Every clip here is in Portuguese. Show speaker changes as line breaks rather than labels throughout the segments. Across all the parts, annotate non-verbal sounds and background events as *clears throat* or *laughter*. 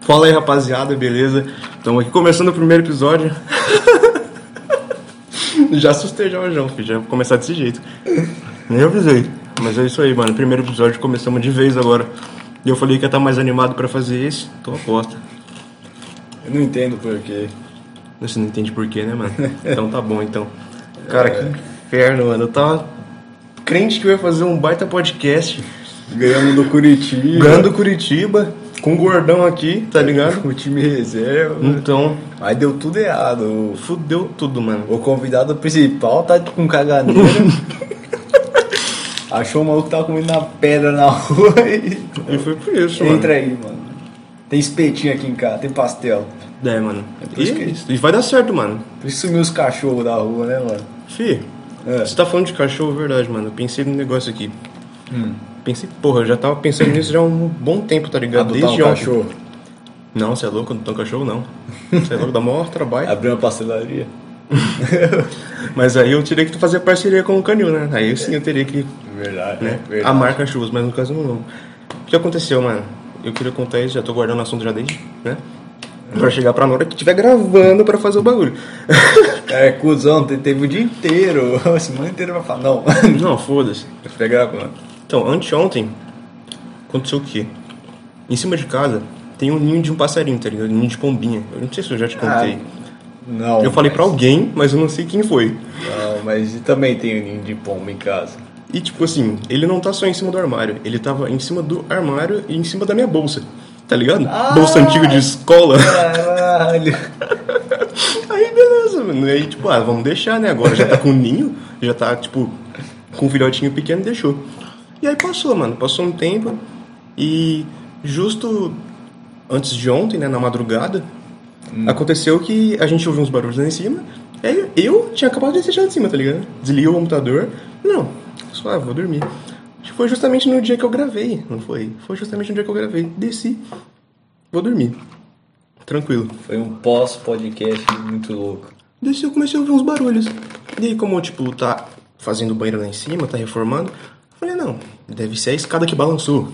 Fala aí, rapaziada, beleza? Estamos aqui começando o primeiro episódio. *laughs* já assustei já o João, filho. Já vou começar desse jeito. Nem avisei. Mas é isso aí, mano. Primeiro episódio começamos de vez agora. E eu falei que ia estar mais animado pra fazer esse. Tô aposta.
Eu não entendo porquê.
Você não entende porquê, né, mano? Então tá bom, então. Cara, que inferno, mano. Eu tava crente que eu ia fazer um baita podcast.
Ganhamos do Curitiba.
Grando Curitiba, com o gordão aqui, tá ligado?
O time reserva.
Então,
Aí deu tudo errado.
fudeu tudo, mano.
O, o convidado principal tá com caganeira. Achou o maluco que tava comendo uma pedra na rua e.
E foi por isso, mano.
Entra aí, mano. Tem espetinho aqui em casa, tem pastel.
É, mano.
por
E,
isso que-
é isso. e vai dar certo, mano.
Por isso sumiu os cachorros da rua, né, mano?
Fi,
É.
você tá falando de cachorro, verdade, mano. Eu pensei no negócio aqui.
Hum.
Pensei, porra, eu já tava pensando nisso já há um bom tempo, tá ligado?
Adotar um
Desde ontem.
cachorro.
Não, você é louco, não um cachorro,
*laughs*
não. Você é louco, dá maior trabalho.
Abriu uma pastelaria.
Mas aí eu teria que fazer parceria com o Canil, né? Aí sim eu teria que
Verdade,
né?
É, Verdade.
A marca Churros, mas no caso não. O que aconteceu, mano? Eu queria contar isso, já tô guardando o assunto já desde, né?
Hum.
Pra chegar pra na hora que tiver gravando pra fazer o bagulho.
*laughs* É, cuzão, te- teve o dia inteiro, *laughs* a semana inteira pra falar, não.
não, foda-se.
Fica gravando.
Então, anteontem, aconteceu o quê? Em cima de casa tem um ninho de um passarinho, tá ligado? Um ninho de pombinha. Eu não sei se eu já te contei.
Ah, Não.
Então, eu falei
mas-
pra alguém, mas eu não sei quem foi.
Não, mas também tem o ninho de pomba em casa.
E tipo assim, ele não tá só em cima do armário, ele tava em cima do armário e em cima da minha bolsa. Tá ligado?
Ah!
bolsa antiga de escola.
Caralho!
Aí beleza, mano. Aí tipo, ah, vamos deixar, né? Agora já tá com o ninho, já tá tipo com um filhotinho pequeno, deixou. E aí passou, mano. Passou um tempo e justo antes de ontem, né, na madrugada, aconteceu que a gente ouviu uns barulhos lá em cima. Aí eu tinha acabado de deixar de cima, tá ligado? Desliguei o computador. Não, suave, vou dormir. Acho que Foi justamente no dia que eu gravei, não foi? Foi justamente no dia que eu gravei. Desci, vou dormir. Tranquilo.
Foi um pós-podcast muito louco.
Desci eu comecei a ouvir uns barulhos. E aí, como, tipo, tá fazendo banheiro lá em cima, tá reformando, eu falei, não, deve ser a escada que *laughs* balançou.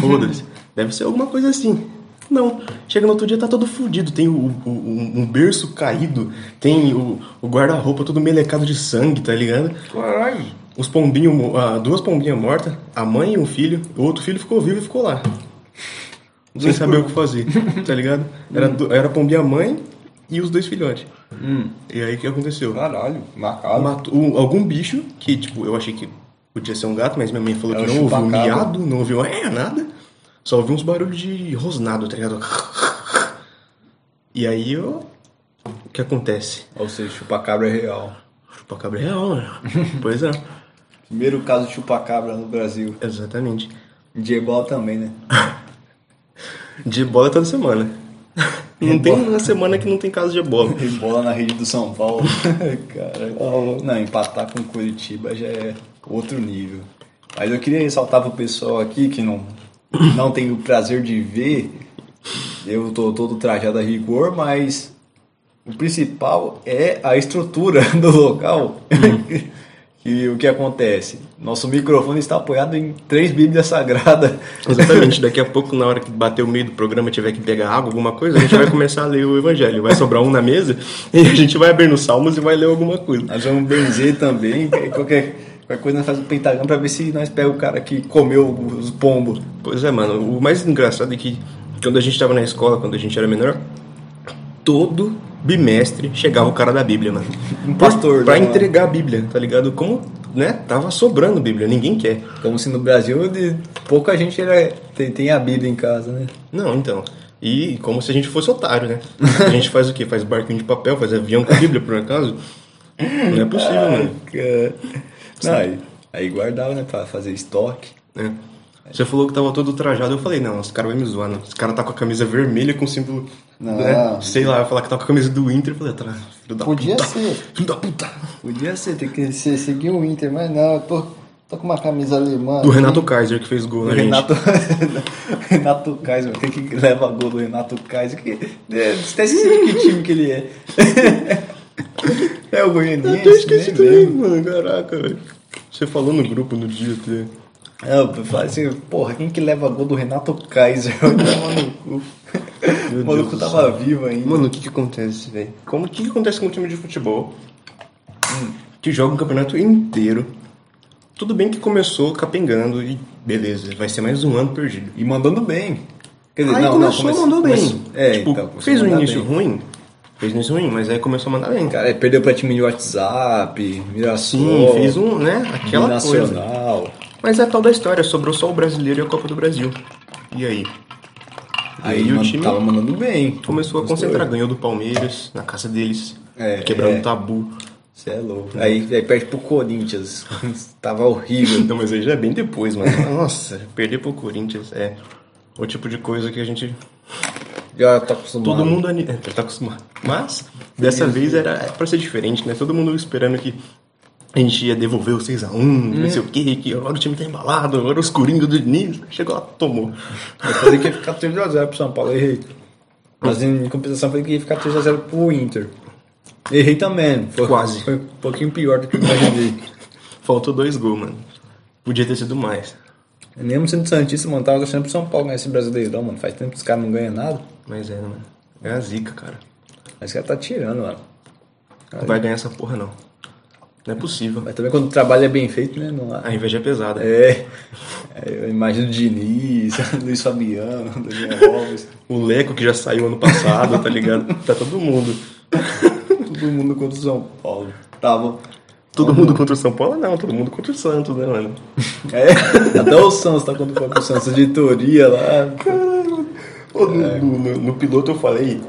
Foda-se. Deve ser alguma coisa assim. Não. Chega no outro dia, tá todo fudido. Tem o, o- um, um berço caído, tem o, o guarda-roupa todo melecado de sangue, tá ligado?
Caralho!
Os pombinhos, mo- ah, duas pombinhas mortas, a mãe e um filho. O outro filho ficou vivo e ficou lá. Sem saber o que fazer, *laughs* tá ligado? Era,
Hum.
do- era a pombinha mãe e os dois filhotes. E aí o que aconteceu?
Caralho, macabro.
Matou um- algum bicho que, tipo, eu achei que podia ser um gato, mas minha mãe falou
É
que
o
não ouviu um
chupacabra.
miado, não ouviu é, nada. Só ouviu uns barulhos de rosnado, tá ligado? E aí eu. O que acontece?
Ou seja, chupacabra é real.
Chupacabra é real,
*laughs*
mano. pois é,
Primeiro caso de chupacabra no Brasil.
exatamente.
De ebola também, né?
De bola toda
*laughs*
semana.
É
Não tem uma semana que não tem caso de bola.
Ebola na rede do São Paulo. Caralho. Não, empatar com Curitiba já é outro nível. Mas eu queria ressaltar pro pessoal aqui que não, não tem o prazer de ver. Eu tô todo trajado a rigor, mas o principal é a estrutura *laughs* do local. e o *laughs* que acontece? Nosso microfone está apoiado em três bíblias sagradas.
Exatamente, daqui a pouco, na hora que bater o meio do programa e tiver que pegar água, alguma coisa, a gente vai começar a ler o evangelho. Vai sobrar um na mesa *laughs* e a gente vai abrir nos salmos e vai ler alguma coisa.
Nós vamos benzer também. *laughs* Qualquer, qualquer coisa nós faz um pentagrama pra ver se nós pega o cara que comeu os pombos.
Pois é, mano. O mais engraçado é que quando a gente tava na escola, quando a gente era menor, todo bimestre chegava o cara da Bíblia, mano.
Um pastor,
Pra
né, mano?
entregar a Bíblia, tá ligado? Como, né? Tava sobrando Bíblia, ninguém quer.
Como se no Brasil de, pouca gente era, tem, tem a Bíblia em casa, né?
Não, então. E como se a gente fosse otário, né? A gente faz o quê? Faz barquinho de papel, faz avião com Bíblia, por acaso? Não é possível, mano.
Cara. Não, aí, aí guardava, né? Pra fazer estoque.
né? Você falou que tava todo trajado, eu falei, não, os caras vão me zoar, não. Os caras tá com a camisa vermelha com o símbolo.
Não.
né? Sei lá, eu falar que tá com a camisa do Inter, eu falei, tá, filho da
Podia
puta.
ser.
Filho da puta.
Podia ser, tem que ser, seguir o Inter, mas não, eu tô, tô com uma camisa alemã.
Do Renato Kaiser que fez gol na gente.
Renato, *laughs* Renato Kaiser, mano. Quem que leva gol do Renato Kaiser? Que, é, você até esqueci que time que ele é. *laughs* é o goianiense,
Eu esqueci
né,
também, mano. Caraca, velho. Você falou no grupo no dia até.
*laughs* É, eu falei assim, porra, quem que leva gol do Renato Kaiser? Vai tomar no cu.
Meu
O
Deus
maluco
do
tava
céu.
vivo ainda.
Mano, o que que acontece, velho? Como o que que acontece com um time de futebol que joga um campeonato inteiro? Tudo bem que começou capengando e beleza, vai ser mais um ano perdido.
E mandando bem. Quer
Aí começou,
comece-
mandou bem.
comece- É,
tipo,
então, começou
fez
a
um
mandar
início
bem.
ruim, fez um início ruim, mas aí começou a mandar bem.
Cara, é, perdeu pra time de WhatsApp,
Sim,
Mirassol,
fez um, né? Aquela coisa.
Nacional.
Mas é a tal da história, sobrou só o brasileiro e a Copa do Brasil. E aí? E
Aí,
aí o
mano,
time
tava mandando bem.
Começou a
Gostou?
concentrar, ganhou do Palmeiras, na casa deles,
É,
quebrando
é.
tabu.
Você é louco. Aí, aí perde pro Corinthians. *laughs* tava horrível.
Não, mas aí já é bem depois, mano. Nossa, perder pro Corinthians é o tipo de coisa que a gente.
Já tá acostumado.
Todo mundo ani- é, tá acostumado. Mas, dessa vez era é pra ser diferente, né? Todo mundo esperando que a gente ia devolver o 6x1, não sei o quê, que agora o time tá embalado, agora os Coringa do Diniz. Chegou lá, tomou.
Eu falei que ia ficar 3x0 pro São Paulo, errei. Mas em compensação, eu falei que ia ficar 3x0 pro Inter. Errei também. Foi,
Quase.
Foi um pouquinho pior do que eu imaginei.
Faltou dois gols, mano. Podia ter sido mais.
Mesmo sendo Santista, mano, tava achando pro São Paulo ganhar esse brasileirão, mano. Faz tempo que os caras não ganham nada.
Mas é, mano. É a zica, cara.
Mas os caras tá tirando, mano.
Não vai ganhar essa porra, não. Não é possível.
Mas também quando o trabalho é bem feito, né? Não há.
A inveja é pesada.
É. É, Eu imagino o Diniz, *laughs* Luiz Fabiano, Daniel Alves.
O Leco, que já saiu ano passado, tá ligado? Tá todo mundo.
Todo mundo contra o São Paulo. Tava.
Todo mundo contra o São Paulo? Não, todo mundo contra o Santos, né, mano?
É, *laughs* até o Santos tá contra o próprio Santos, editoria lá.
Pô, no, no- no- no piloto eu falei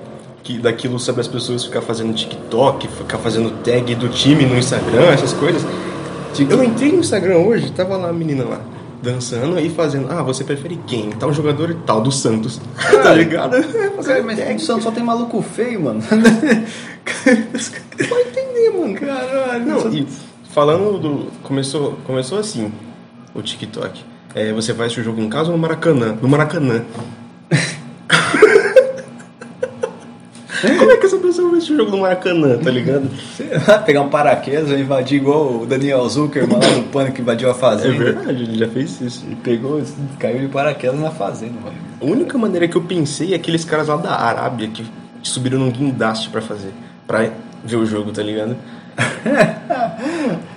que daquilo sobre as pessoas ficar fazendo TikTok, ficar fazendo tag do time no Instagram, essas coisas. Tipo, Eu entrei no Instagram hoje, tava lá a menina lá, dançando aí fazendo, ah, você prefere quem? Tal jogador e tal, do Santos. *laughs* tá ligado?
Cara, mas o Santos só tem maluco feio, mano.
Vai entender, mano.
Caralho.
Não, e falando do. Começou, começou assim, o TikTok. É, você vai assistir o jogo em casa ou no Maracanã? No Maracanã. Como é que essa pessoa vai assistir o jogo no Maracanã, tá ligado?
*laughs* Sei lá, pegar um paraquedas, vai invadir igual o Daniel Zuckerman lá do Pânico que invadiu a
É
fazenda.
verdade, ele já fez isso.
Pegou, caiu de paraquedas na fazenda, mano.
A única maneira que eu pensei é aqueles caras lá da Arábia que subiram num guindaste pra fazer, pra ver o jogo, tá ligado?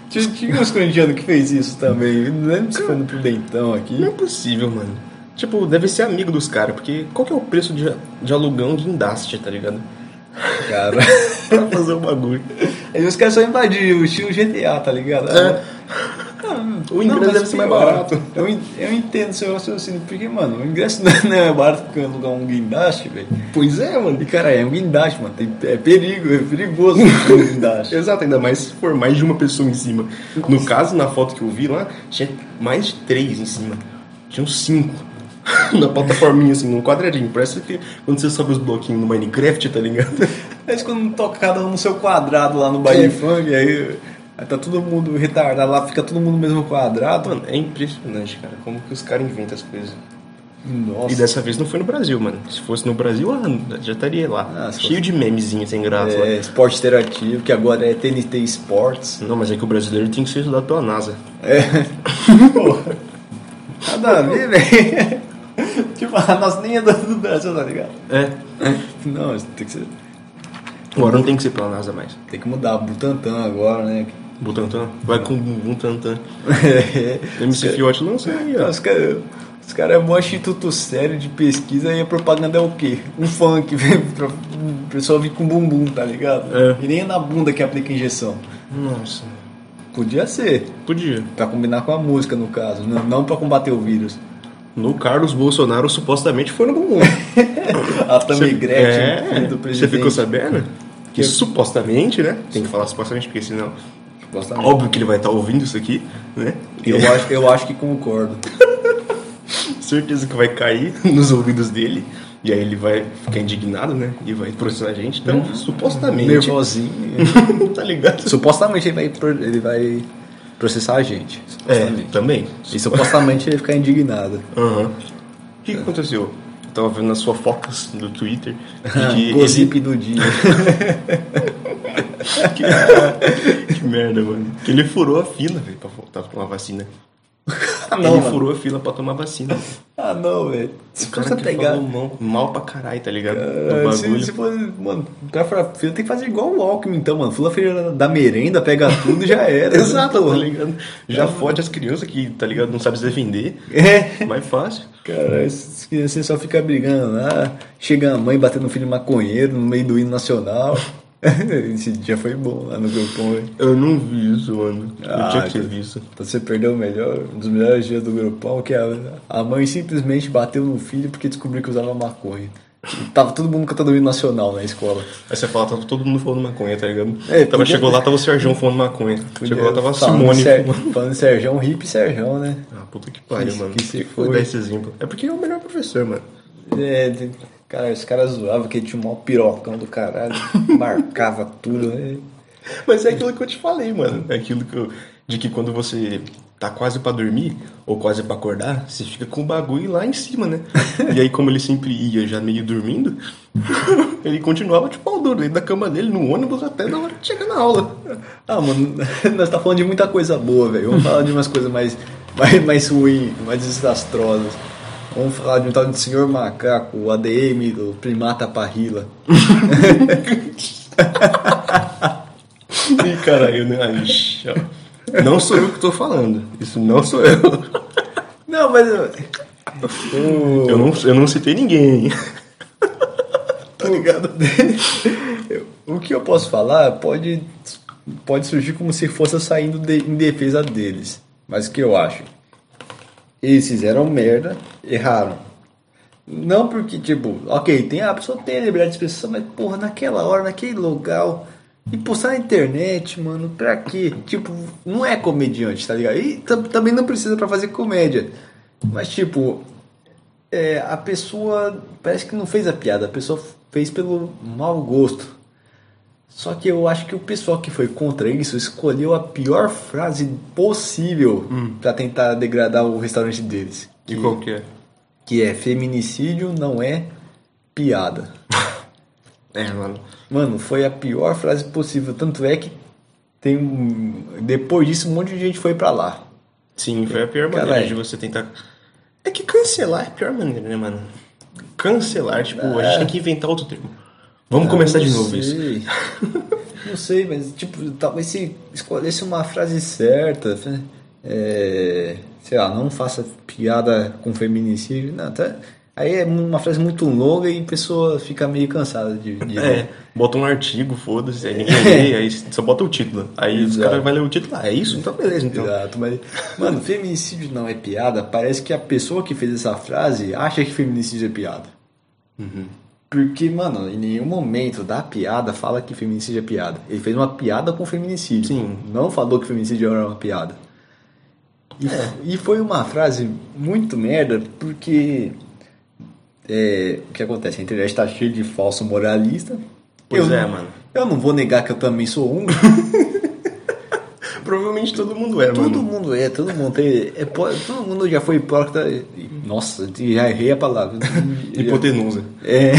Tinha, tinha uns corintianos que fez isso também. Eu Não lembro se foi no Prudentão
Não
aqui.
é possível, mano. Tipo, deve ser amigo dos caras, porque qual que é o preço de, de alugão guindaste, tá ligado? *laughs*
Cara.
pra fazer o bagulho.
Aí os caras só invadiram, estilo GTA, tá ligado?
É.
Ah,
O ingresso
mas
deve ser mais
pior.
barato.
Eu, en- eu entendo seu raciocínio, porque, mano, o ingresso *laughs* não é- não é barato porque eu alugar um guindaste, velho.
Pois é, mano.
E, cara, é um guindaste, mano. Tem- é perigo, é *laughs* perigoso um guindaste.
Exato, ainda mais se for mais de uma pessoa em cima. No caso, na foto que eu vi lá, tinha mais de três em cima. Tinham cinco. *laughs* na plataforminha, assim, num quadradinho. Parece que quando você sobe os bloquinhos no Minecraft, tá
*laughs*
ligado?
Mas É quando toca cada um no seu quadrado lá no baile funk, aí, aí tá todo mundo retardado lá, fica todo mundo no mesmo quadrado.
Mano, é impressionante, cara, como que os caras inventam as coisas.
Nossa.
E dessa vez não foi no Brasil, mano. Se fosse no Brasil, ah, já estaria lá.
Ah, se
Cheio de memezinho sem graça.
É, esporte interativo, que agora é TNT Sports.
lá. Não, mas é que o brasileiro tem que ser estudado pela NASA.
*laughs* É. Porra. Nada a ver, velho. *laughs* Tipo, a nossa nem é do do Brasil, tá ligado?
É.
Não, isso tem que ser.
Agora não tem que ser pela NASA mais.
Tem que mudar, Butantan agora, né? *laughs*
Butantan? Vai com Butantan.
Os
MC Fiote lançou aí, ó.
caras os cara é um instituto sério de pesquisa e a propaganda é o quê? Um funk, *laughs* velho. pra- O pessoal vir com bumbum, tá ligado?
É.
E nem é na bunda que aplica injeção.
Nossa.
Podia ser.
Podia.
Pra combinar com a música, no caso. Não, não pra combater o vírus.
No Carlos Bolsonaro supostamente foi no bumbum. *laughs*
A Tammy Gretchen,
é,
filho do presidente.
Você ficou sabendo? Que
Que-
supostamente, né? Tem que falar supostamente, porque senão.
Supostamente.
Óbvio que ele vai estar ouvindo isso aqui, né?
Eu acho, eu acho
*laughs*
que concordo.
certeza que vai cair *laughs* nos ouvidos dele. E aí ele vai ficar indignado, né? E vai processar a gente. Então, supostamente.
Nervosinho.
*laughs* tá ligado?
*laughs* supostamente ele vai, pro- ele vai processar a gente.
É,
Supostamente.
também.
E supostamente ele vai
*laughs*
ficar indignado.
Aham. O que, que aconteceu? Eu tava vendo nas fofocas do *laughs* Twitter de que, *laughs* ele,
Ah, Gossip do dia.
*laughs* que merda, Ah, mano. Que ele furou a fila, velho, pra voltar pra uma vacina.
não,
ele
mano.
furou a fila pra tomar *laughs* vacina.
Ah, não, velho. Se
O
você
cara que
pegar.
falou mal, mal pra caralho, tá ligado?
Ah,
o
se,
bagulho.
se for, mano, pra furar fila tem que fazer igual o Alckmin, então, mano. Fula a fila da merenda, pega tudo e já era.
*laughs* Exato,
Porra.
tá ligado? Já fode as crianças que, tá ligado, não sabe se defender.
É.
Mais fácil.
Cara, essas crianças só ficam brigando lá. Chega a mãe batendo no filho maconheiro no meio do hino nacional. *laughs* Esse dia foi bom lá no grupão, velho.
Eu não vi isso, mano.
Ah,
eu tinha que ter
então-
visto.
Então Você perdeu o melhor, um dos melhores dias do grupão, que a, a mãe simplesmente bateu no filho porque descobriu que usava maconha. E tava todo mundo cantando o hino nacional na escola.
Aí você fala, tava todo mundo falando maconha, tá ligado?
É,
tava,
podia-
chegou lá, tava o Serjão falando maconha. Chegou lá, tava a
É, Falando
Simone.
Ser-
fumando.
*laughs* Falando Serjão, hip Serjão, né?
Ah, puta que pariu,
Que-
mano.
que se
Tem
foi.
dar esse exemplo. É porque é o melhor professor, mano.
É, tem- cara, os caras zoavam que ele tinha um maior pirocão do caralho, *laughs* marcava tudo, né?
Mas é aquilo que eu te falei, mano. É aquilo que eu, de que quando você tá quase pra dormir ou quase pra acordar, você fica com o bagulho lá em cima, *laughs* né? E aí, como ele sempre ia já meio dormindo, *laughs* ele continuava de pau duro dentro da cama dele, no ônibus, até na hora de chegar na *laughs* aula.
Ah, mano, *laughs* nós tá falando de muita coisa boa, velho. Vamos falar de umas coisas mais, *laughs* mais, mais ruins, mais desastrosas. Vamos falar de um tal de Senhor Macaco, o ADM do Primata Parrila.
Ih, caralho, né? Ai, xa. não sou eu que tô falando. Isso não sou *laughs* eu.
Não, mas. eu-
Eu não, eu não citei ninguém. Tá ligado?
O que *laughs* eu posso falar pode, pode surgir como se fosse eu saindo de- em defesa deles. Mas o que eu acho? Eles fizeram merda, erraram. Não porque, tipo, ok, tem, a pessoa tem a liberdade de expressão, mas porra, naquela hora, naquele lugar. E postar na internet, mano, pra quê? Tipo, não é comediante, tá ligado? E tam- também não precisa pra fazer comédia. Mas, tipo, é, a pessoa parece que não fez a piada, a pessoa fez pelo mau gosto. Só que eu acho que o pessoal que foi contra isso escolheu a pior frase possível pra tentar degradar o restaurante deles.
Hum. E qual que é?
Que é feminicídio não é piada.
É, mano.
Mano, foi a pior frase possível. Tanto é que tem um. Depois disso, um monte de gente foi pra lá.
Sim, foi a pior
Caralho.
maneira de você tentar. É que cancelar é a pior maneira, né, mano? Cancelar, tipo, a
É.
gente tem que inventar outro termo. Vamos começar
Eu
de
não
novo isso.
sei. não sei, mas tipo, talvez se escolhesse uma frase certa, fe- é, sei lá, não faça piada com feminicídio, não, tá- aí é uma frase muito longa e a pessoa fica meio cansada de, de
É, bota um artigo, foda-se, aí
*laughs*
ninguém lê, aí só bota o título. Aí os
É. Exato.
caras vão ler o título, ah, é isso? Então beleza, então.
Exato, mas, mano, feminicídio não é piada. Parece que a pessoa que fez essa frase acha que feminicídio é piada.
Uhum.
Porque, mano, em nenhum momento da piada fala que feminicídio é piada. Ele fez uma piada com feminicídio.
Sim.
Não falou que feminicídio era uma piada. E,
É.
e foi uma frase muito merda, porque. é, o que acontece? A internet tá cheia de falso moralista.
Pois
Eu-
é, mano.
Eu não vou negar que eu também sou um.
Provavelmente todo mundo é,
Todo
mano.
mundo é, todo mundo tem. é po- todo mundo já foi hipócrita. Nossa, já errei
*laughs*
a palavra.
Hipotenusa.
É.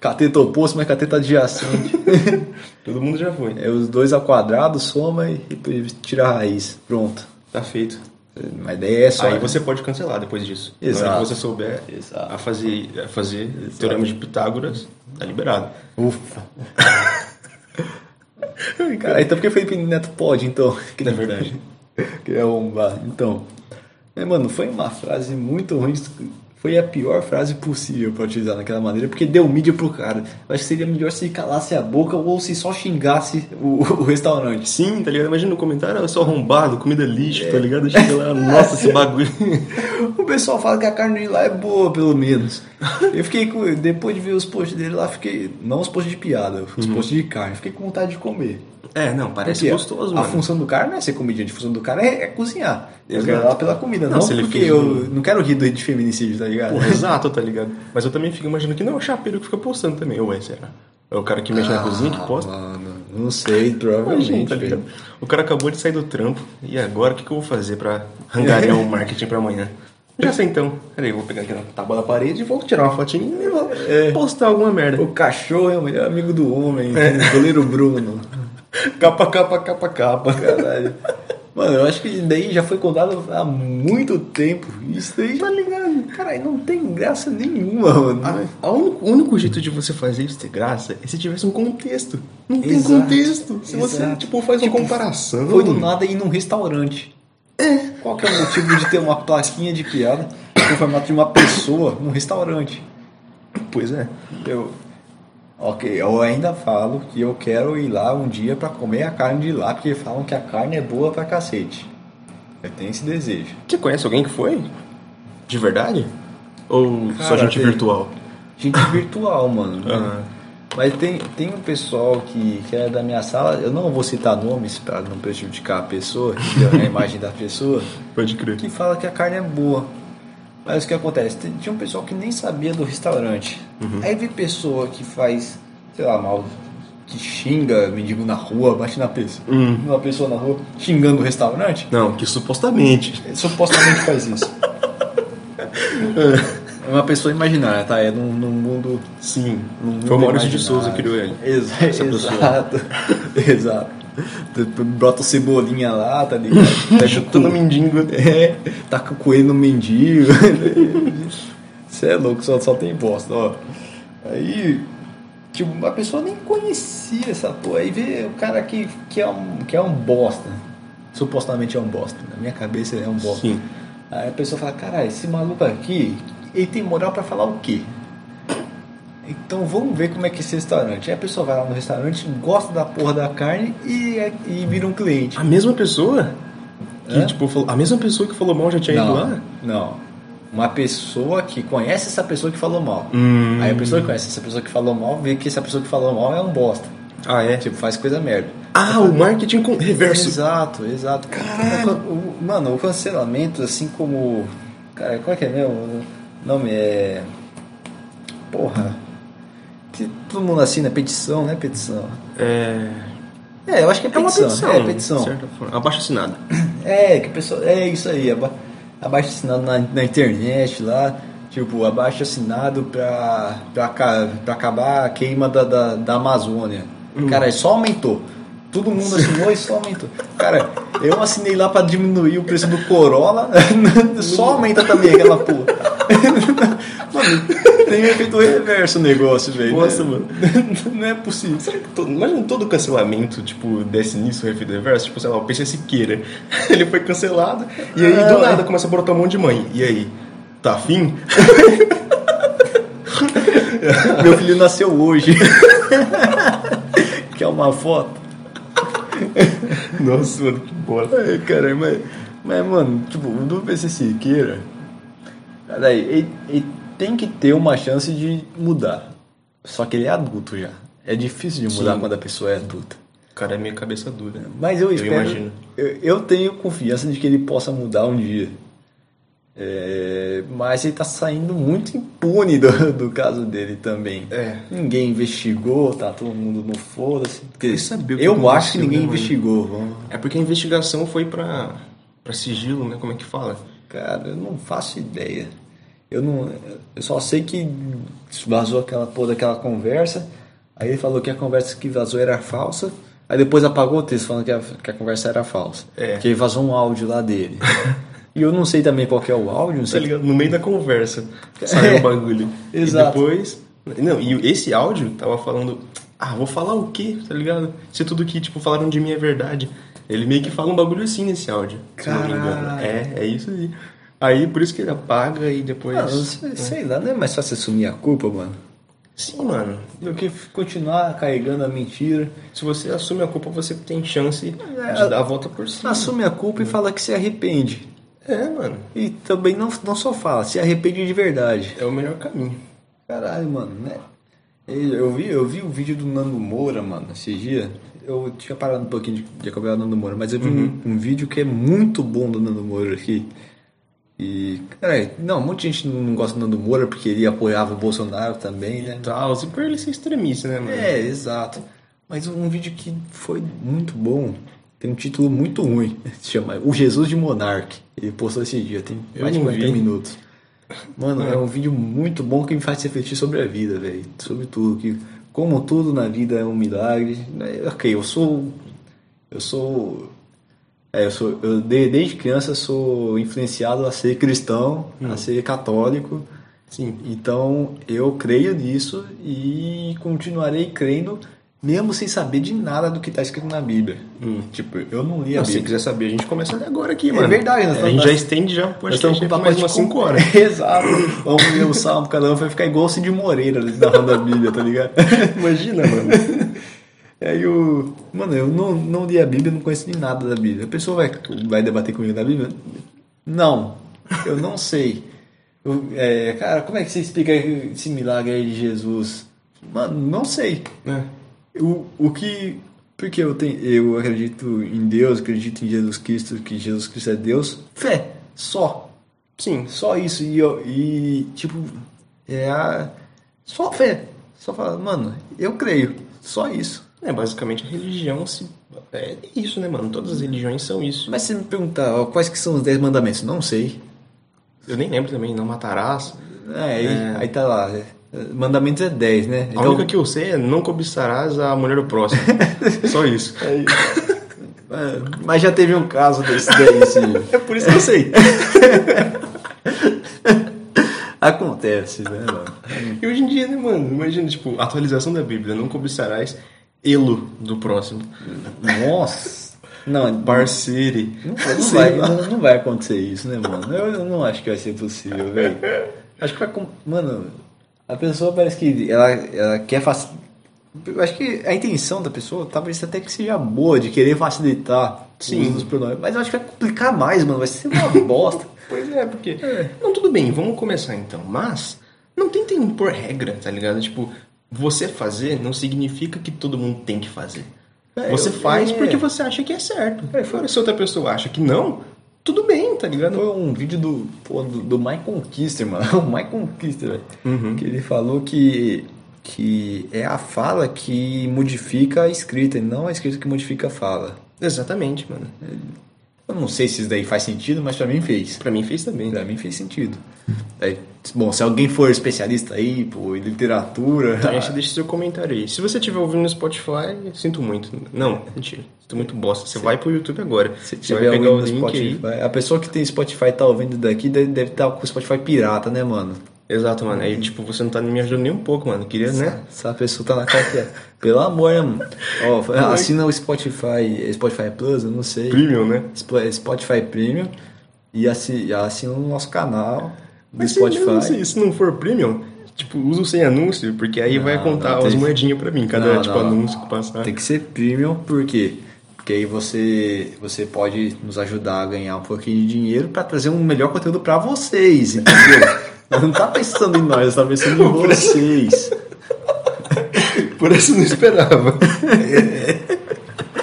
Cateta oposto, mas cateta adjacente.
Todo mundo já foi.
assim. É os dois ao quadrado, soma e, e tira a raiz. Pronto.
Tá feito.
Mas daí é só.
Aí você pode cancelar depois disso. Na
Exato.
hora que você souber
Exato.
a fazer, a fazer o teorema de Pitágoras, tá liberado.
Ufa. Cara, então por que Felipe Neto pode, então? Que
É verdade.
*laughs* que é bombar. Então, é, mano, foi uma frase muito ruim. Foi a pior frase possível pra utilizar naquela maneira, porque deu mídia pro cara. Eu acho que seria melhor se calasse a boca ou se só xingasse o, *laughs* o restaurante.
Sim, tá ligado? Imagina no comentário, eu sou arrombado, comida lixo, tá ligado? Chega
*laughs* É
lá, nossa, esse bagulho. *laughs*
O pessoal fala que a carne de lá é boa, pelo menos. Eu fiquei com. Depois de ver os posts dele lá, fiquei. Não os posts de piada, os
Uhum.
posts de carne. Fiquei com vontade de comer.
É, não, parece
Porque
gostoso,
a
mano.
função do cara não é ser comediante, a função do cara é, é cozinhar. Eu
Exato.
quero lá pela comida, não,
Não, se ele
porque
fez
eu
um-
não quero rir do- de feminicídio, tá ligado? *laughs*
Porra, exato, tá ligado? Mas eu também fico imaginando que não é o chapeiro que fica postando também. Ué, será? É o cara que mexe na cozinha que
Ah,
posta?
Mano, não sei,
Imagina,
provavelmente.
tá ligado?
velho.
O cara acabou de sair do trampo, e agora o que, que eu vou fazer pra angariar
*laughs*
o marketing pra amanhã? Já sei então. Peraí, eu vou pegar aqui na tábua da parede e vou tirar uma fotinha e vou
É.
postar alguma merda.
o cachorro é o melhor amigo É. do homem, o goleiro Bruno.
Capa, capa, capa, capa.
Caralho. *laughs* Mano, eu acho que daí já foi contado há muito tempo. Isso daí já Tá Ah, ligado. Caralho, não tem graça nenhuma, mano.
A- a único- o único jeito de você fazer isso ter graça é se tivesse um contexto. Não tem
Exato,
contexto. Se você,
exato.
tipo, faz uma
Tipo,
comparação.
Foi do nada ir num restaurante. Qual que é o motivo de ter uma plaquinha de piada com o formato de uma pessoa num restaurante?
Pois é.
Eu, ok, eu ainda falo que eu quero ir lá um dia pra comer a carne de lá, porque falam que a carne é boa pra cacete. Eu tenho esse desejo.
Você conhece alguém que foi? De verdade? Ou só
Cara,
gente
tem-
virtual?
Gente virtual, mano.
Ah.
Mas tem, tem um pessoal que, que é da minha sala, eu não vou citar nomes pra não prejudicar a pessoa, entendeu? *laughs* a imagem da pessoa,
Pode crer.
que fala que a carne é boa. Mas o que acontece? Tem- Tinha um pessoal que nem sabia do restaurante.
Uhum.
Aí vi pessoa que faz, sei lá, mal, que xinga mendigo na rua, bate na pessoa,
Uhum.
uma pessoa na rua, xingando o restaurante.
Não, que supostamente.
Ele supostamente faz
*laughs*
isso. É uma pessoa imaginária, tá? É num, num mundo
Sim.
não
Foi o
tem
Maurício de
mais
Souza
nada.
que criou ele.
*laughs* Exa-
Essa pessoa.
exato. *laughs* exato. Tu- Brota o cebolinha lá, tá ligado?
*laughs*
Pega o
Chuta no
cu-
mendigo.
*laughs* É, taca o coelho no mendigo. *laughs* Você é louco, só, só tem bosta, ó. Aí, tipo, a pessoa nem conhecia essa porra. Aí vê o cara que, que, é, um, que é um bosta. Supostamente é um bosta. Na minha cabeça ele é um bosta.
Sim.
Aí a pessoa fala, caralho, esse maluco aqui, ele tem moral pra falar o quê? Então vamos ver como é que é esse restaurante. Aí a pessoa vai lá no restaurante, gosta da porra da carne e, e vira um cliente.
A mesma pessoa? Que,
Hã?
tipo, falou, a mesma pessoa que falou mal já tinha ido lá?
Não. Uma pessoa que conhece essa pessoa que falou mal.
Hum.
Aí a pessoa que conhece essa pessoa que falou mal vê que essa pessoa que falou mal é um bosta.
Ah, é?
Tipo, faz coisa merda.
Ah, o marketing com reverso.
Exato, exato. Caralho. mano, o cancelamento, assim como. Cara, qual que é meu nome? É. Porra. Que todo mundo assina petição, né? Petição.
É.
É, eu acho que é
É uma
petição.
petição.
É, petição.
de certa forma. Abaixo assinado.
É, que pessoa, é isso aí, aba, abaixo assinado na, na internet lá, tipo, abaixo assinado pra, pra, ca- pra acabar a queima da, da, da Amazônia.
Hum.
Cara, só aumentou. Todo mundo assinou e só aumentou. Cara, eu assinei lá pra diminuir o preço do Corolla, *laughs* só aumenta também aquela porra. Mano, tem um efeito reverso o negócio, velho.
Nossa, mano.
*laughs* Não é possível.
Será que todo, imagina todo cancelamento, tipo, desse nisso, o efeito reverso? Tipo, sei lá, o PC Siqueira. *laughs* Ele foi cancelado e aí
Ah,
do nada
é.
começa a brotar um monte de mãe. E aí? Tá afim? *laughs*
Meu filho nasceu hoje. *laughs* Quer uma foto?
Nossa, mano, que bola.
É, cara, mas, mas, mano, tipo, o do PC Siqueira, peraí, ele, ele tem que ter uma chance de mudar. Só que ele é adulto já. É difícil de mudar
Sim.
quando a pessoa é adulta.
O cara é meio cabeça dura.
Mas eu espero. Eu,
imagino.
Eu, tenho confiança de que ele possa mudar um dia. É, mas ele tá saindo muito impune do, do caso dele também.
É.
Ninguém investigou, tá todo mundo no foda-se. Quer dizer,
saber o que
Eu
aconteceu,
acho que ninguém
né, mano?
investigou. Vamos,
É porque a investigação foi pra, pra sigilo, né? Como é que fala?
Cara, eu não faço ideia. Eu não, eu só sei que vazou aquela porra daquela conversa. Aí ele falou que a conversa que vazou era falsa. Aí depois apagou o texto falando que a, que a conversa era falsa.
É.
Porque vazou um áudio lá *laughs* dele. e eu não sei também qual que é o áudio, não
Tá
sei.
ligado? No meio da conversa saiu o
*laughs*
bagulho.
É. Exato.
E depois. Não, e esse áudio tava falando. Ah, vou falar o quê? Tá ligado? Se tudo que, tipo, falaram de mim é verdade. Ele meio que fala um bagulho assim nesse áudio. se não me engano.
Caralho.
É, é isso aí. Aí por isso que ele apaga e depois.
Ah, eu sei, sei lá, não é mais fácil assumir a culpa, mano.
Sim, mano.
Do que continuar carregando a mentira.
Se você assume a culpa, você tem chance
É.
de dar a volta por cima.
Assume a culpa e fala que se arrepende.
É, mano.
E também não, não só fala, se arrepende de verdade.
É o melhor caminho.
Caralho, mano, né? Ei, Eu vi, eu vi o vídeo do Nando Moura, mano, esse dia. Eu tinha parado um pouquinho de, de acompanhar o Nando Moura, mas eu vi um, um vídeo que é muito bom do Nando Moura aqui. E, caralho, não, um monte de gente não gosta do Nando Moura porque ele apoiava o Bolsonaro também, né?
Tal, se por ele ser extremista, né, mano?
É, exato. Mas um vídeo que foi muito bom, tem um título muito ruim, *laughs* se chama O Jesus de Monark. Ele postou esse dia, tem
Eu
mais de
não
40
vi.
minutos. Mano, é. um vídeo muito bom que me faz refletir sobre a vida, velho. Sobre tudo, que como tudo na vida é um milagre. né? Ok, eu sou eu sou É, eu sou, eu de- desde criança sou influenciado a ser cristão, a
Hum.
ser católico.
Sim.
Então eu creio nisso e continuarei crendo, mesmo sem saber de nada do que está escrito na Bíblia.
Hum.
Tipo, eu não li a
Não, se você
Bíblia.
quiser saber, a gente começa ali agora aqui, mano.
verdade, nós
né? A
estamos-
gente já estende já o podcast aí pra mais umas 5 horas.
um *laughs* Exato. Vamos ler o salmo, cada um vai ficar igual o Cid Moreira narrando a Bíblia, tá ligado? *laughs*
*laughs* Imagina, mano.
E aí o. Mano, eu não, não li a Bíblia, não conheço nem nada da Bíblia. A pessoa vai, vai debater comigo da Bíblia? Não, eu não sei. Eu- é, cara, como é que você explica esse milagre aí de Jesus? Mano, não sei.
Né?
O, o que. Porque eu, tenho, eu acredito em Deus, acredito em Jesus Cristo, que Jesus Cristo é Deus. Fé, só.
Sim.
Só isso. E, eu- e tipo, é a. Só fé. Só falar, mano, eu creio. Só isso.
É, basicamente a religião se... é isso, né, mano? Todas as religiões são isso.
Mas se me perguntar ó, quais que são os 10 mandamentos, não sei.
Eu nem lembro também, não matarás.
É, aí, aí tá lá. é, Mandamentos é 10, né?
A única que eu sei é não cobiçarás a mulher do *laughs* próximo. Só isso.
*laughs* é, mas já teve um caso desse daí, sim.
*laughs* É por isso que eu sei.
*laughs* Acontece, né, mano?
E hoje em dia, né, mano? Imagina, tipo, a atualização da Bíblia, não cobiçarás elo do próximo.
Nossa! Não,
Parceire.
Não,
*laughs* Sei
vai,
lá.
não, não vai acontecer isso, né, mano? Eu, eu não acho que vai ser possível, velho. Acho que vai. com- Mano, a pessoa parece que ela, ela quer facilitar. Eu acho que a intenção da pessoa talvez até que seja boa, de querer facilitar
Sim.
os pronomes. Mas eu acho que vai complicar mais, mano. Vai ser uma *laughs* bosta.
Pois é, porque. Não, tudo bem, vamos começar então. Mas não tentem impor regra, tá ligado? Tipo, você fazer não significa que todo mundo tem que fazer.
É,
você
eu-
fora
é.
porque você acha que é certo. Agora, se outra pessoa acha que não, tudo bem, tá ligado?
Foi um vídeo do, pô, do, do Michael Kister, mano. *laughs* O Michael Kister, velho.
Uhum.
Que ele falou que, que é a fala que modifica a escrita, e não a escrita que modifica a fala.
Exatamente, mano.
Eu não sei se isso daí faz sentido, mas pra mim fez.
Pra mim fez também.
Pra mim
*laughs*
fez sentido. É, bom, se alguém for especialista aí, pô, em literatura.
Então, você deixa seu comentário aí. Se você estiver ouvindo no Spotify, sinto muito. Não, mentira. Sinto muito bosta. Você vai pro YouTube agora.
*laughs*
Você
Se tiver
vai pegar o
alguém
link
no
aí.
Spotify. A pessoa que tem Spotify e tá ouvindo daqui deve deve estar com o Spotify pirata, né, mano?
Exato, mano. Aí, tipo, você não tá me ajudando nem um pouco, mano. Queria, né?
Essa pessoa tá na cadeia. Pelo amor, né, mano?
*laughs*
Ó, assina o Spotify, Spotify Plus, eu não sei.
Premium, né?
Sp- Spotify Premium. E assi- assina o nosso canal do
Mas se- mesmo assim,
Spotify.
se, se não for premium, tipo, usa o sem anúncio, porque aí vai
Não,
contar
Ah, não,
umas
tem-
moedinhas pra mim, cada
Não,
tipo
não.
anúncio que passar.
Tem que ser premium, por quê? Porque aí você, você pode nos ajudar a ganhar um pouquinho de dinheiro pra trazer um melhor conteúdo pra
*laughs*
vocês, entendeu? Nós não tá pensando em nós, tá pensando em vocês.
Por isso eu não esperava. *laughs*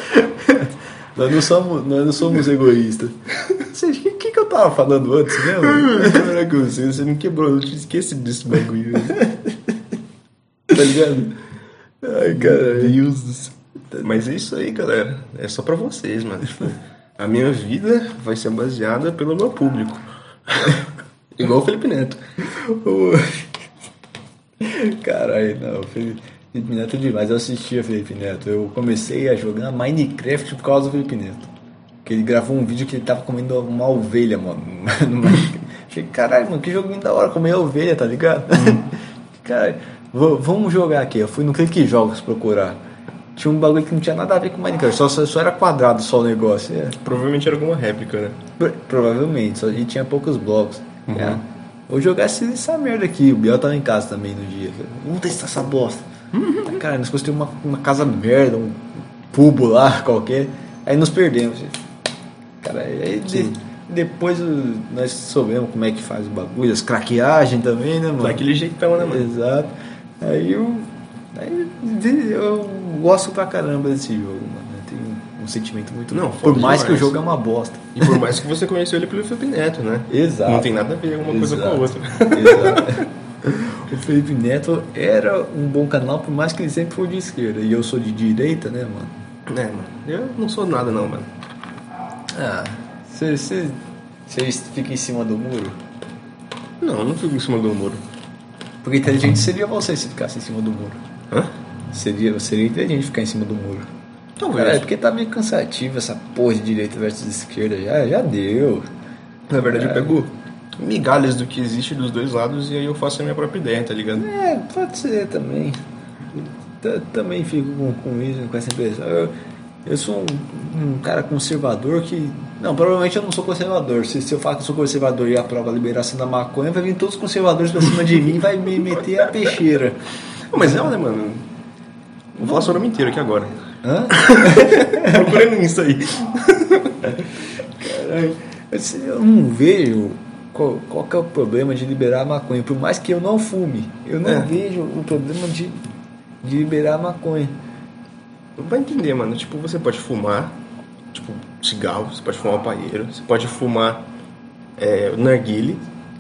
Nós não somos, nós não somos egoístas. O que, que, que eu tava falando antes mesmo?
Caraca, você, você me quebrou, eu tinha esquecido desse bagulho.
Tá ligado? Ai, cara.
Deus do céu. Mas é isso aí, galera. É só pra vocês, mano. Tipo, a minha vida vai ser baseada pelo meu público. Igual o Felipe
*laughs*
Neto.
O- Caralho, não, Felipe, Felipe Neto é demais. Eu assistia Felipe Neto. Eu comecei a jogar Minecraft por causa do Felipe Neto. Que ele gravou um vídeo que ele tava comendo uma ovelha, mano. *laughs* no Minecraft. Achei, caralho, mano, que joguinho da hora comer ovelha, tá ligado?
Hum.
*laughs* Caralho, v- vamos jogar aqui. Eu fui no Clique Jogos procurar. Tinha um bagulho que não tinha nada a ver com Minecraft, só, só, só era quadrado só o negócio. é.
Provavelmente era alguma réplica, né?
Pro- Provavelmente, só e tinha poucos blocos.
Uhum.
É. Vou jogar esse- essa merda aqui. O Biel tava em casa também no dia. Vamos testar essa bosta.
Uhum.
Cara, nós construímos uma, uma casa merda, um cubo lá *laughs* qualquer. Aí nos perdemos. Cara, aí de- depois o- nós soubemos como é que faz o bagulho, as craqueagens também, né, mano?
Daquele jeitão, né, mano?
Exato. Aí eu, aí de- eu gosto pra caramba desse jogo, mano. Eu tenho um sentimento muito.
Não,
por
foda
mais que o
demais.
jogo é uma bosta.
E por mais que você conheceu ele pelo Felipe Neto, né?
*laughs* Exato.
Não tem nada a ver uma coisa com a
Exato.
outra.
Exato. *laughs* O Felipe Neto era um bom canal, por mais que ele sempre foi de esquerda. E eu sou de direita, né, mano?
É, mano. Eu não sou nada, não, mano.
Ah, você fica em cima do muro?
Não, eu não fico em cima do muro.
Porque inteligente seria você se ficasse em cima do muro.
Hã?
Seria, seria inteligente ficar em cima do muro.
Talvez.
Cara, é porque tá meio cansativo essa porra de direita versus esquerda. Já, já deu.
Na verdade, eu pego migalhas do que existe dos dois lados e aí eu faço a minha própria ideia, tá ligado?
É, pode ser também. T- também fico com, com isso, com essa impressão. Eu, eu sou um, um cara conservador que. Não, provavelmente eu não sou conservador. Se, se eu falar que eu sou conservador e aprovo a liberação da maconha, vai vir todos os conservadores pra cima de mim e vai me meter a peixeira.
Não, mas é, né, mano? Vou falar sobre o nome inteiro aqui *laughs* agora.
Hã?
Procura no Insta aí.
Caralho. Assim, Eu não vejo qual, qual que é o problema de liberar a maconha. Por mais que eu não fume, eu não
É.
vejo o problema de, de liberar a maconha.
Vai entender, mano. Tipo, você pode fumar, tipo, cigarro, você pode fumar palheiro, você pode fumar é, narguile,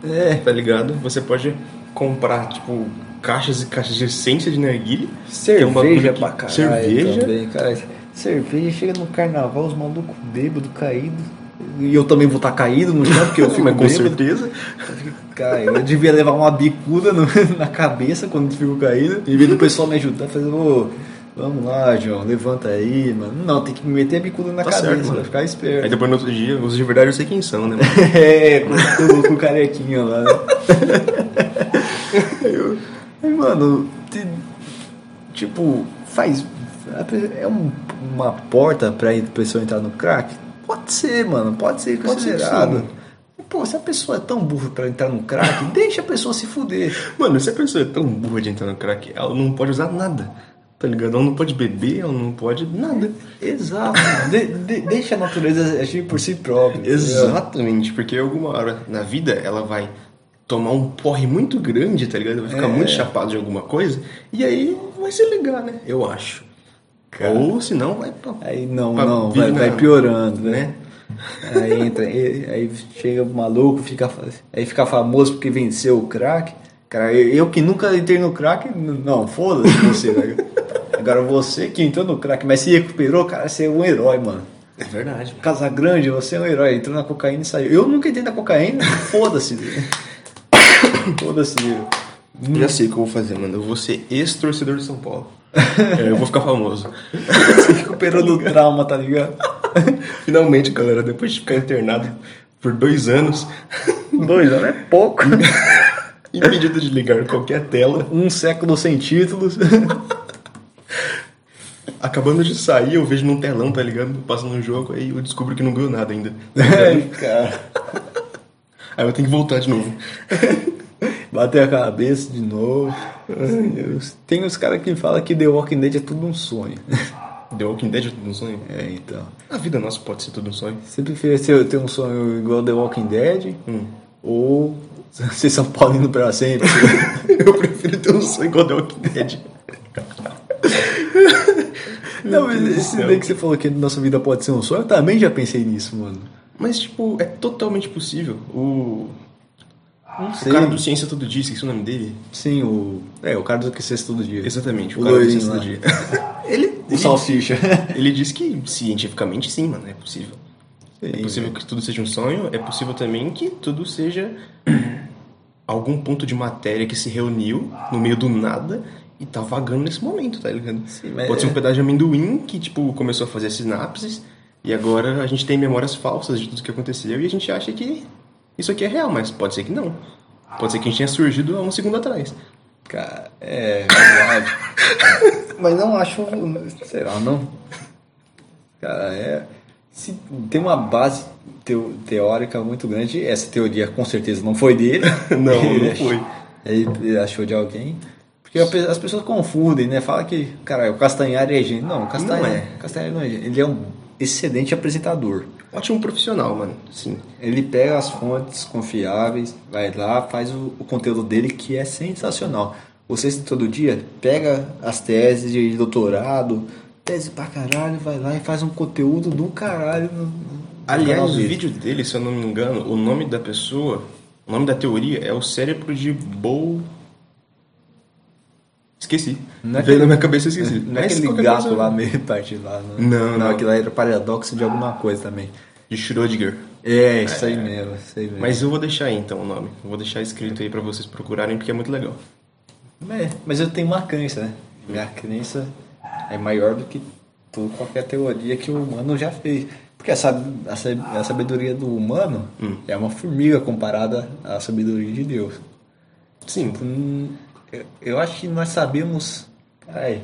É,
tá ligado? Você pode comprar, tipo, caixas e caixas de essência de narguile. que é um bagulho
cerveja
que-
pra caralho
Cerveja.
também, cara. Cerveja chega no carnaval, os malucos bêbados, caídos. E eu também vou estar caído no
*laughs*
chão, porque eu fico
mas é, com
bêbado.
certeza.
Cara, eu devia levar uma bicuda no- *laughs* na cabeça quando fico caído. Em vez do pessoal me ajudar, fazendo, "Ô, vamos lá, João, levanta aí, mano. Não, tem que me meter a bicuda na
Tá certo,
cabeça,
mano.
pra ficar
Aí
esperto.
depois no outro dia, os de verdade eu sei quem são,
*laughs*
né, mano?
é, com, com o carequinha lá. né? *laughs* Eu- aí, mano, te- tipo, faz. a pe- É um- uma porta pra a pessoa entrar no crack? Pode ser, mano, pode ser
Pode ser que
considerado.
sim.
Pô, se a pessoa é tão burra pra entrar no crack, *laughs* deixa a pessoa se fuder.
Mano, se a pessoa é tão burra de entrar no crack, ela não pode usar nada, tá ligado? Ela não pode beber, ela não pode nada.
Exato. De- de- deixa a natureza agir por si própria. entendeu?
Exatamente, porque alguma hora na vida ela vai tomar um porre muito grande, tá ligado? Vai
É.
ficar muito chapado de alguma coisa, e aí vai se ligar, né? Eu acho. Ou se não, vai pra...
Aí não,
pra
não,
vida,
vai, vai piorando, né? *laughs*
né?
Aí entra, e- aí chega o maluco, fica, fa- aí fica famoso porque venceu o crack. Cara, eu, eu que nunca entrei no crack, n- não, foda-se você, *laughs* velho. Agora você que entrou no crack, mas se recuperou, cara, você é um herói, mano.
É verdade.
Casa Grande, você é um herói, entrou na cocaína e saiu. Eu nunca entrei na cocaína, foda-se. né? *coughs* foda-se. né? Hum.
Já sei o que eu vou fazer, mano. Eu vou ser ex-torcedor de São Paulo. *laughs* É, eu vou ficar famoso.
Você recuperou do trauma, tá ligado?
Finalmente, galera, depois de ficar internado por dois anos, *laughs*
Dois anos é pouco.
impedido de ligar qualquer tela,
Um século sem *laughs* títulos.
acabando de sair, eu vejo num telão, tá ligado? Passando um jogo, aí eu descubro que não ganhou nada ainda.
*laughs* Ai, É, cara.
*laughs* Aí eu tenho que voltar de novo.
Bateu a cabeça de novo. Tem os caras que falam que The Walking Dead é tudo um sonho. *laughs*
The Walking Dead é tudo um sonho?
É, então.
A vida nossa pode ser tudo um sonho. *laughs*
Você prefere ser- ter um sonho igual The Walking Dead?
Hum.
Ou *laughs* ser São Paulino pra sempre?
Eu prefiro ter um sonho igual The Walking Dead.
*laughs* Não, mas
Meu Deus do
esse
céu.
daí que você falou que nossa vida pode ser um sonho, eu também já pensei nisso, mano.
Mas, tipo, é totalmente possível. O,
Não
o cara do Ciência Todo Dia, esqueci o nome dele.
Sim, o. É, o cara do que sexta todo dia.
Exatamente, o,
O
cara do
loirinho
Ciência
lá.
Todo Dia.
*laughs*
ele,
O Salsicha.
ele, ele diz que cientificamente sim, mano, é possível. É possível que tudo seja um sonho, é possível também que tudo seja algum ponto de matéria que se reuniu no meio do nada e tá vagando nesse momento, tá ligado?
Sim, mas-
Pode ser um pedaço de amendoim que, tipo, começou a fazer sinapses e agora a gente tem memórias falsas de tudo que aconteceu e a gente acha que isso aqui é real, mas pode ser que não. Pode ser que a gente tenha surgido há um segundo atrás.
Cara, é verdade.
*laughs* Mas não acho. um-
Será não? Cara, é. Se tem uma base teo- teórica muito grande. Essa teoria com certeza não foi dele.
*laughs* *laughs* Não,
Ele
não
achou-
foi.
Ele achou de alguém. Porque a pe- as pessoas confundem, né? Fala que, cara, o Castanhari é gênio. Não, o Castanhari
Não
não
é.
é. Castanhari não é gênio. Ele é um excelente apresentador.
Ótimo profissional, mano. Sim.
Ele pega as fontes confiáveis, vai lá, faz o, o conteúdo dele que é sensacional. Você todo dia pega as teses de doutorado, tese pra caralho, vai lá e faz um conteúdo do caralho. no- no canal
Aliás, o
dele.
vídeo dele, se eu não me engano, o nome da pessoa, o nome da teoria é o cérebro de Bo. Esqueci.
Não
Veio
é aquele-
na minha cabeça e esqueci.
*laughs* Não é
Mas
aquele
qualquer
gato
coisa-
lá meio partido lá. né?
Não, não.
Não, aquilo lá era paradoxo de alguma coisa também.
De Schrödinger.
É, isso aí mesmo, isso aí mesmo.
Mas eu vou deixar aí então o nome. Eu vou deixar escrito aí pra vocês procurarem porque é muito legal.
É, mas eu tenho uma crença, né? Minha crença é maior do que toda qualquer teoria que o humano já fez. Porque a, sab- a sab- a sabedoria do humano é uma formiga comparada à sabedoria de Deus.
Sim.
Hum, eu- Eu acho que nós sabemos, carai,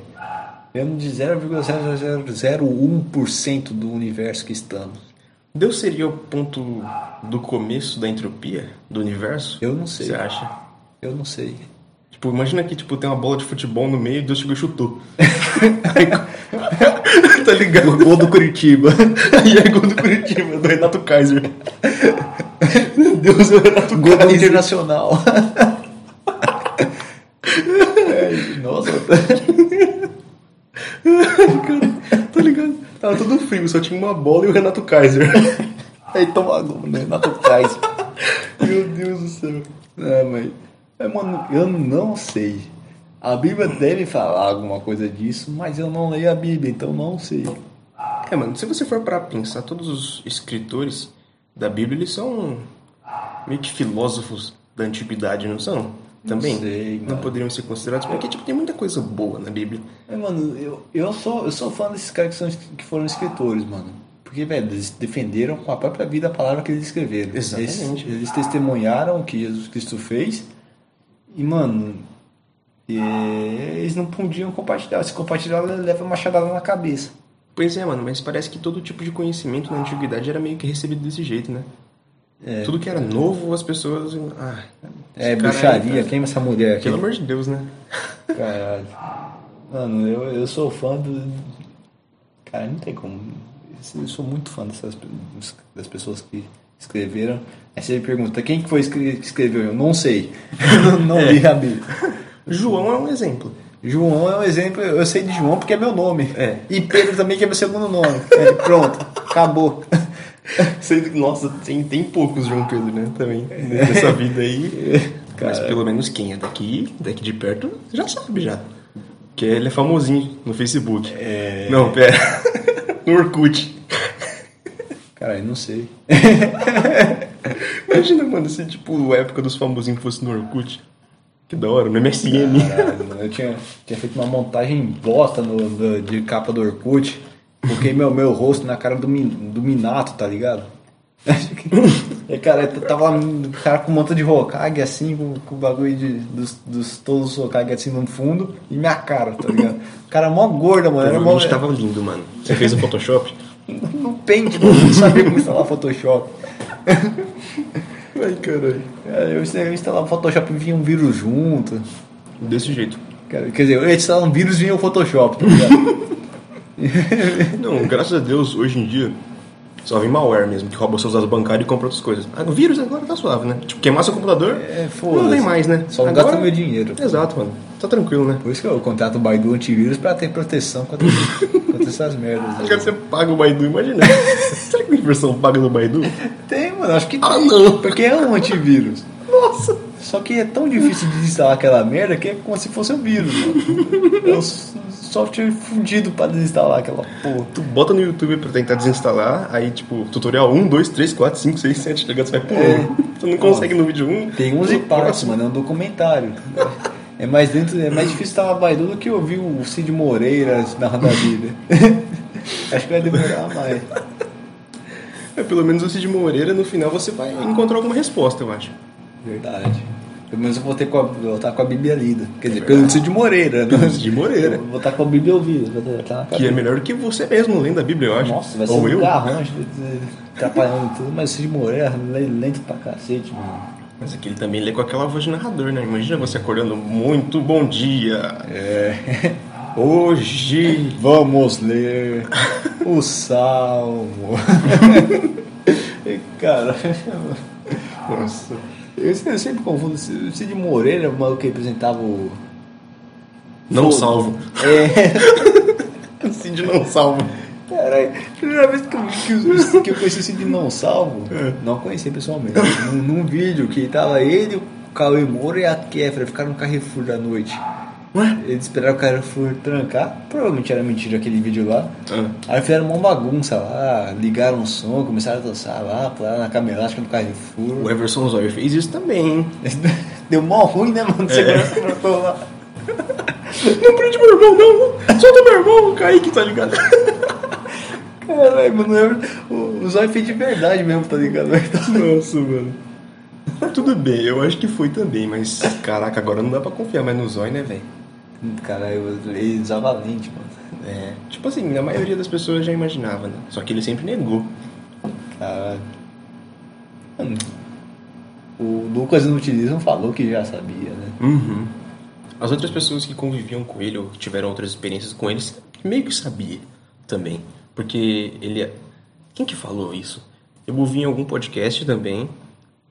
menos de 0,0001% do universo que estamos.
Deus seria o ponto do começo da entropia do universo?
Eu não sei.
Você acha?
Eu não sei.
Tipo, imagina que tipo, tem uma bola de futebol no meio e Deus chegou e chutou. *laughs* tá ligado?
Gol do Curitiba.
*laughs* E aí, gol do Curitiba, do Renato Kaiser. Meu Deus, o Renato
Gol do
Kaiser.
Internacional. *laughs* Ai, É, Nossa,
Tá ligado? Tava todo frio, só tinha uma bola e o Renato Kaiser.
aí toma gol, né? Renato Kaiser.
*laughs* Meu Deus do céu.
É, mas. é, mano, eu não sei. A Bíblia deve falar alguma coisa disso, mas eu não leio a Bíblia, então não sei.
É, mano, se você for pra pensar, todos os escritores da Bíblia, eles são meio que filósofos da antiguidade, não são? Também?
sei,
não
mano.
poderiam ser considerados, porque tipo, tem muita coisa boa na Bíblia.
É, mano, eu, eu, sou, eu sou fã desses caras que, são, que foram escritores, mano. Porque, velho, eles defenderam com a própria vida a palavra que eles escreveram.
Exatamente.
Eles, eles testemunharam o que Jesus Cristo fez. E, mano, é, eles não podiam compartilhar. Se compartilhar, leva machadada na cabeça.
Pois é, mano, mas parece que todo tipo de conhecimento na antiguidade era meio que recebido desse jeito, né? Tudo que era novo, as pessoas. Ah,
É,
esse cara aí,
bruxaria,
cara.
queima essa mulher aqui.
Pelo amor de Deus, né?
Caralho. Mano, eu, eu sou fã do. Cara, não tem como. Eu sou muito fã dessas, das pessoas que escreveram. Aí você me pergunta, quem que foi escre- que escreveu? Eu não sei. *laughs* Eu não li a Bíblia.
João é um *laughs* exemplo.
João é um exemplo, eu sei de João porque é meu nome.
É.
E Pedro também que é meu segundo nome. É, pronto, acabou. *laughs*
Sendo que, nossa, tem, tem poucos João Pedro, né? Também. Nessa vida aí. *laughs* Mas pelo menos quem é daqui, daqui de perto, já sabe já. Que ele é famosinho no Facebook. É. Não, pera. *laughs* no Orkut.
Caralho, não sei.
Imagina, mano, se tipo a época dos famosinhos fosse no Orkut. Que da hora, no MSN.
Caralho, mano, É, eu tinha, tinha feito uma montagem bosta no, no- de capa do Orkut. Coloquei meu, meu rosto na cara do, Min- do Minato, tá ligado? *laughs* E, cara, eu tava lá, um cara com um monte de Hokage assim, com, com o bagulho de, dos, dos- todos os Hokage assim no fundo e minha cara, tá ligado? O cara mó gorda, mano. Era mó,
Provavelmente tava lindo, mano. Você fez o Photoshop?
Não pente, mano, não sabia como instalar Photoshop.
*laughs* Ai, caralho.
Cara, É, Eu eu instalava Photoshop e vinha um vírus junto.
Desse jeito.
Cara, Quer dizer, eu ia instalar um vírus e vinha o Photoshop, tá ligado?
Não, graças a Deus, hoje em dia, só vem malware mesmo, que rouba seus dados bancários e compra outras coisas. Ah, o vírus agora tá suave, né? Tipo, queimar seu computador,
É, foda-se.
não vem mais, né?
Só não
Agora-
gasta meu dinheiro.
Exato, mano. Tá tranquilo, né?
Por isso que eu contrato o Baidu antivírus pra ter
*laughs*
proteção contra, contra essas merdas.
Agora
Né?
você paga o Baidu, imagina. *laughs* Será que tem versão paga do Baidu?
Tem, mano, acho que
Ah,
tem,
não.
Porque é um antivírus.
Nossa!
Só que é tão difícil de instalar aquela merda que é como se fosse um vírus. mano. É um s- software fudido pra desinstalar aquela porra.
Tu bota no YouTube pra tentar desinstalar, aí tipo, tutorial 1, 2, 3, 4, 5, 6, 7, tá ligado? Você vai pulando. Tu não consegue no vídeo 1.
É. Tem 11 partes, mano, é um documentário. É mais dentro, é mais difícil instalar Baidu do que ouvir o Cid Moreira narrando a Bíblia. *laughs* Acho que vai demorar mais.
É, pelo menos o Cid Moreira, no final você vai encontrar alguma resposta, eu acho.
Verdade. Pelo menos eu vou ter com a, eu vou estar com a Bíblia lida. Quer dizer, pelo Cid Moreira, né?
Cid Moreira.
Eu Vou estar com a Bíblia ouvida. Vou estar na
Que é
cabeça.
melhor do que você mesmo lendo a Bíblia, eu acho.
tá? Nossa, vai ser
Ou
um
eu.
garrancho, atrapalhando tudo, mas o Cid Moreira é lento pra cacete, mano.
Mas aqui ele também lê com aquela voz de narrador, né? Imagina você acordando muito bom dia.
É.
Hoje.
Vamos ler o Salmo. *laughs* E, Cara, *laughs*
Nossa.
eu sempre eu sempre confundo. O Cid Moreira é o maluco que representava o.
Não salvo. *laughs*
É.
Cid não salvo.
Caralho, primeira vez que eu, vi- que eu- que eu conheci o Cid Não Salvo,
É.
não conheci pessoalmente, num, num vídeo que tava ele, o Cauê Moura e a Kefra, ficaram no Carrefour da noite.
Ué?
Eles esperaram o Carrefour trancar, provavelmente era mentira aquele vídeo lá.
Ah.
Aí fizeram uma bagunça lá, ligaram o som, começaram a dançar lá, pularam na cama elástica do
O
Carrefour.
Everson Zoyer fez isso também, *laughs* hein?
*laughs* Deu mó ruim, né,
É.
mano? Segurança brotou lá.
*laughs* Não prende meu irmão, não! Solta meu irmão, Kaique, tá ligado?
Caralho, mano, é- o, o zóio fez de verdade mesmo, tá ligado?
Nossa, mano. Tudo bem, eu acho que foi também, mas caraca, agora não dá pra confiar mais no zóio, né, velho?
*laughs* Caralho, ele desavalente, mano.
É, tipo assim, a maioria das pessoas já imaginava, né? Só que ele sempre negou.
Caralho. Mano, o Lucas Inutilismo falou que já sabia, né?
Uhum. As outras pessoas que conviviam com ele ou que tiveram outras experiências com ele meio que sabia também. Porque ele. é- Quem que falou isso? Eu ouvi em algum podcast também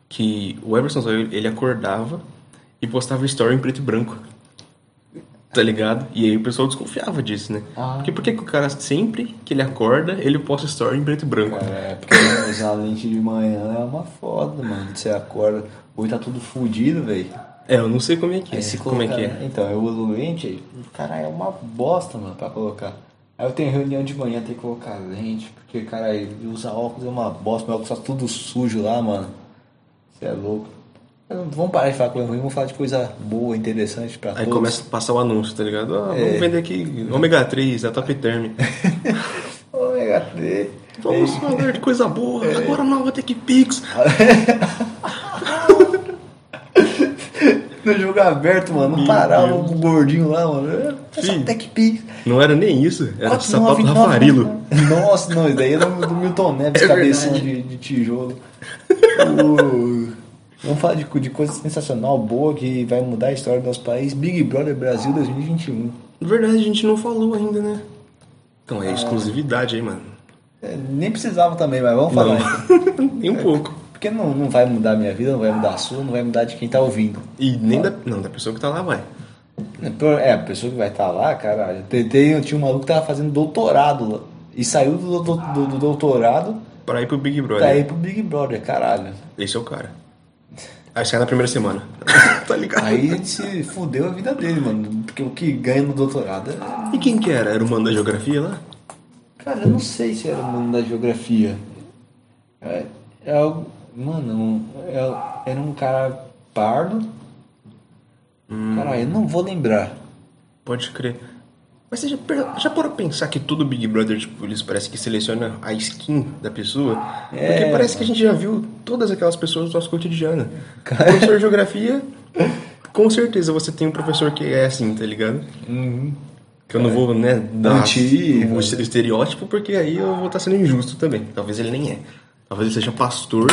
que o Everson Zoe, ele acordava e postava story em preto e branco. Tá ligado? E aí o pessoal desconfiava disso, né?
Ah.
Porque por que que o cara sempre que ele acorda, ele posta story em preto e branco?
É, porque usar lente de manhã é uma foda, mano. Você acorda, hoje tá tudo fudido, velho.
É, eu não sei como é que é.
Aí se
Como é que
colocar-
é?
Então, eu uso lente, caralho, é uma bosta, mano, pra colocar. Aí eu tenho reunião de manhã, tem que colocar lente, porque, caralho, usar óculos é uma bosta, meu óculos tá tudo sujo lá, mano. Você é louco. Mas não- Vamos parar de falar coisa ruim, vamos falar de coisa boa, interessante pra
Aí
todos.
começa a passar o anúncio, tá ligado? Ah,
É.
vamos vender aqui ômega 3, a Top Term.
Ômega 3.
Vamos falar de coisa boa. Agora nova TechPix.
No jogo é aberto, mano, não
Meu
parava
Deus.
o gordinho lá, mano. Essa
Sim.
TechPix.
Não era nem isso. Era de sapato
4,99.
Rafarilo.
Nossa, não, isso daí era do Milton Neves,
É
cabeção
verdade.
de, de tijolo. O- Vamos falar de, co- de coisa sensacional, boa, que vai mudar a história do nosso país. Big Brother Brasil 2021.
Na verdade, a gente não falou ainda, né? Então é exclusividade aí, mano.
É, nem precisava também, mas vamos falar. então.
Não. *laughs* nem um pouco.
Porque não, não vai mudar a minha vida, não vai mudar a sua, não vai mudar de quem tá ouvindo.
E nem da, não, da pessoa que tá lá, vai.
É, a pessoa que vai estar lá, caralho. Tem, tem, tinha um maluco que tava fazendo doutorado lá, e saiu do, do- do- do doutorado
Pra ir pro Big Brother.
pra ir pro Big Brother, caralho.
Esse é o cara. Aí sai na primeira semana. *laughs* tá ligado?
Aí ele se fudeu a vida dele, mano. Porque o que ganha no doutorado é.
E quem que era? Era o mano da geografia lá?
Cara, eu não sei se era o mano da geografia. É, é algo- Mano, um- é- era um cara pardo.
Hum.
Caralho, eu não vou lembrar.
Pode crer. Mas você já, per- já parou pra pensar que todo Big Brother, tipo, eles parece que seleciona a skin da pessoa?
É,
Porque parece que a gente já viu todas aquelas pessoas do nosso cotidiano. Professor de geografia, com certeza você tem um professor que é assim, tá ligado? Que eu não vou, né, dar
Uhum. Antigo.
o estere- estereótipo, porque aí eu vou estar sendo injusto também. Talvez ele nem é. Talvez ele seja pastor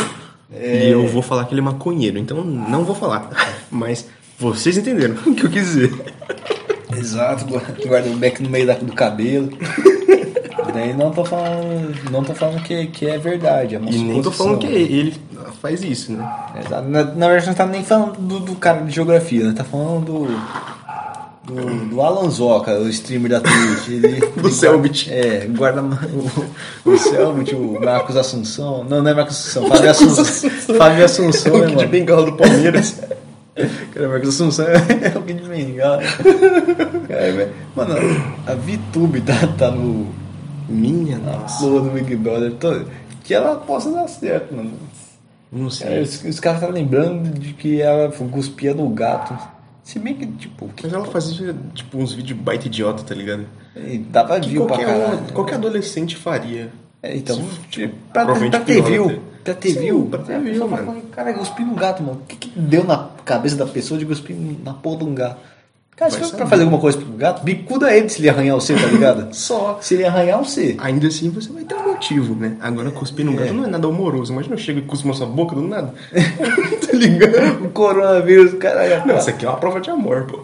e eu vou falar que ele é maconheiro. Então não vou falar. *laughs* Mas vocês entenderam o que eu quis dizer.
Exato, *laughs* guarda o beck no meio da-
*laughs*
do cabelo. Daí não tô falando. Não tô falando que, que é verdade. É uma
E nem tô
suposição.
falando que ele faz isso, né?
Exato. Na, na verdade, não tá nem falando do, do cara de geografia, né? Tá falando do. Do, do Alanzoca, o streamer da Twitch. Ele, ele
Selbit.
Guarda, é, guarda o, o Selbit, o Marcos Assunção. Não, não é Marcos Assunção, Fábio Assunção. Fábio Assunção,
o
né,
Kid
mano?
Bengala do Palmeiras.
Cara, Marcos Assunção é *laughs* o Kid Bengala. Cara, velho. Mano, a VTube tá, tá no.
*laughs* Minha
Na
nossa.
flor do Big Brother. todo que ela possa dar certo, mano.
Não
É,
sei.
os, os caras tá lembrando de que ela cuspia no gato. Se bem que, tipo, que,
Mas ela fazia, tipo, uns vídeos baita idiota, tá ligado?
e dava view pra
Qualquer,
caralho.
um- qualquer adolescente faria.
É, então,
tipo,
pra,
provavelmente
pra ter
pior
view.
até.
Pra ter
Sim,
view. né?
pra ter
a
view,
pessoa
mano.
fala, Cara, cuspir no gato, mano. O que, que deu na cabeça da pessoa de cuspir na porra de um gato? Cara, se
Vai
for pra
saber.
fazer alguma coisa pro gato, bicuda ele se ele arranhar o C,
*laughs*
tá ligado?
Só.
se ele arranhar o
*laughs*
C.
Ainda assim você vai ter um motivo, né? Agora cuspir no gato não é nada humoroso. Imagina eu chego e cuspo na sua boca do nada.
tá ligado? O coronavírus, caralho.
Não, isso aqui é uma prova de amor, pô.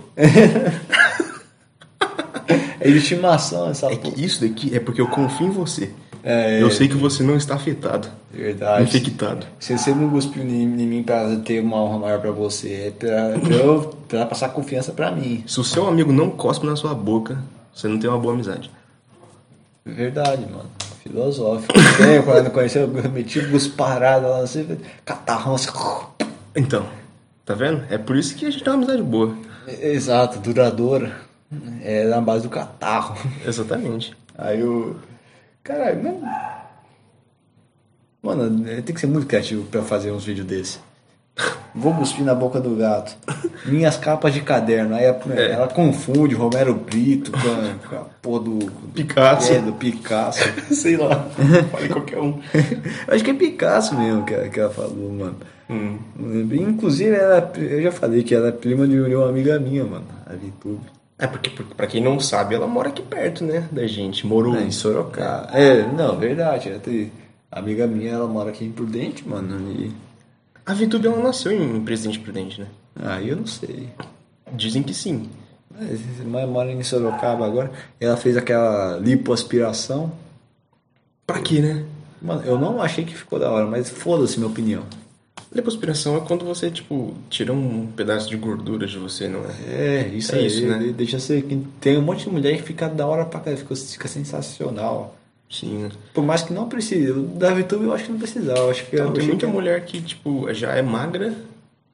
É de estimação essa
É
porra.
que isso daqui é porque eu confio em você.
É.
Eu sei que você não está afetado.
Verdade.
Infectado.
Se você não cuspiu em, em mim pra ter uma honra maior pra você, é pra, pra eu, pra ela passar confiança pra mim.
Se o seu amigo não cospe na sua boca, você não tem uma boa amizade.
Verdade, mano. Filosófico. Tem, quando eu conheci, eu meti gusparadas lá, assim, catarrão, assim. *laughs*
Então, tá vendo? É por isso que a gente tem uma amizade boa.
Exato, duradoura. É na base do catarro.
Exatamente.
Aí eu. Caralho, mano. Mano, é, tem que ser muito criativo pra fazer uns vídeos desse. *laughs* Vou cuspir na boca do gato. Minhas capas de caderno. Aí a- ela confunde Romero Brito com a, com a porra do.
Picasso.
É, do Picasso. *laughs*
*laughs* Sei lá. Falei qualquer um.
Eu acho que é Picasso mesmo que, ela- que ela falou, mano. Não lembro. Inclusive, ela, é pri- eu já falei que ela é prima de uma amiga minha, mano. A VTube.
É porque, porque, pra quem não sabe, ela mora aqui perto, né? Da gente. Morou.
É, em Sorocaba. É, não, verdade. ela tem- A amiga minha, ela mora aqui em Prudente, mano. E...
A Vitube, ela nasceu em Presidente Prudente, né?
Aí eu não sei.
Dizem que sim.
Mas, mas mora em Sorocaba agora. Ela fez aquela lipoaspiração.
Pra quê, né?
Mano, eu não achei que ficou da hora, mas foda-se minha opinião.
Lipoaspiração é quando você, tipo, tira um pedaço de gordura de você, não é?
É, isso
É
aí.
isso, né?
Deixa ser que tem um monte de mulher que fica da hora pra caralho, fica, fica sensacional.
Sim.
Por mais que não precise. O da VTube eu acho que não precisava. Eu acho que eu
Então, tem
achei
muita
que-
mulher que, tipo, já é magra.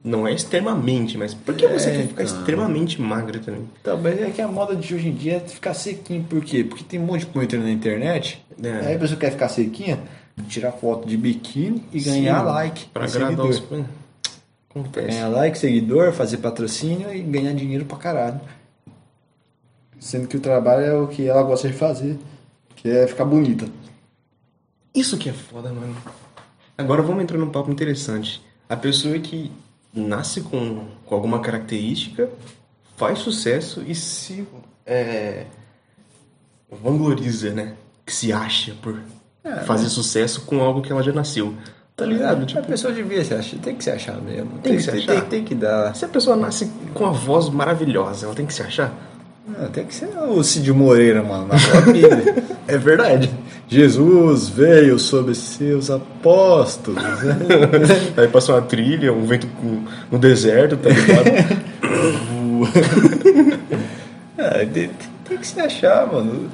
Não é extremamente, mas por que você
É,
quer ficar
então.
extremamente magra também?
Tá, mas é que a moda de hoje em dia é ficar sequinho. Por quê? Porque tem um monte de punheteiro na internet. né?
É.
Aí a pessoa quer ficar sequinha, tirar foto de biquíni e ganhar
Sim,
like.
Pra
e
agradar
seguidor.
os... Acontece.
Ganhar like, seguidor, fazer patrocínio e ganhar dinheiro pra caralho.
Sendo que o trabalho é o que ela gosta de fazer, que é ficar bonita.
Isso que é foda, mano. Agora vamos entrar num papo interessante. A pessoa que nasce com, com alguma característica, faz sucesso e se é, vangloriza, né? Que se acha por
É.
fazer sucesso com algo que ela já nasceu. Tá ligado?
a
Tipo,
pessoa devia se achar, tem que se achar mesmo.
Tem que se
ter-
achar.
Tem, tem que dar.
se a pessoa nasce com a voz maravilhosa, ela tem que se achar?
Ah, tem que ser o Cid Moreira, mano, na sua Bíblia.
É verdade.
Jesus veio sobre seus apóstolos. né?
Aí passa uma trilha, um vento com- no deserto, tá ligado?
Ah, tem, tem- tem que se achar, mano.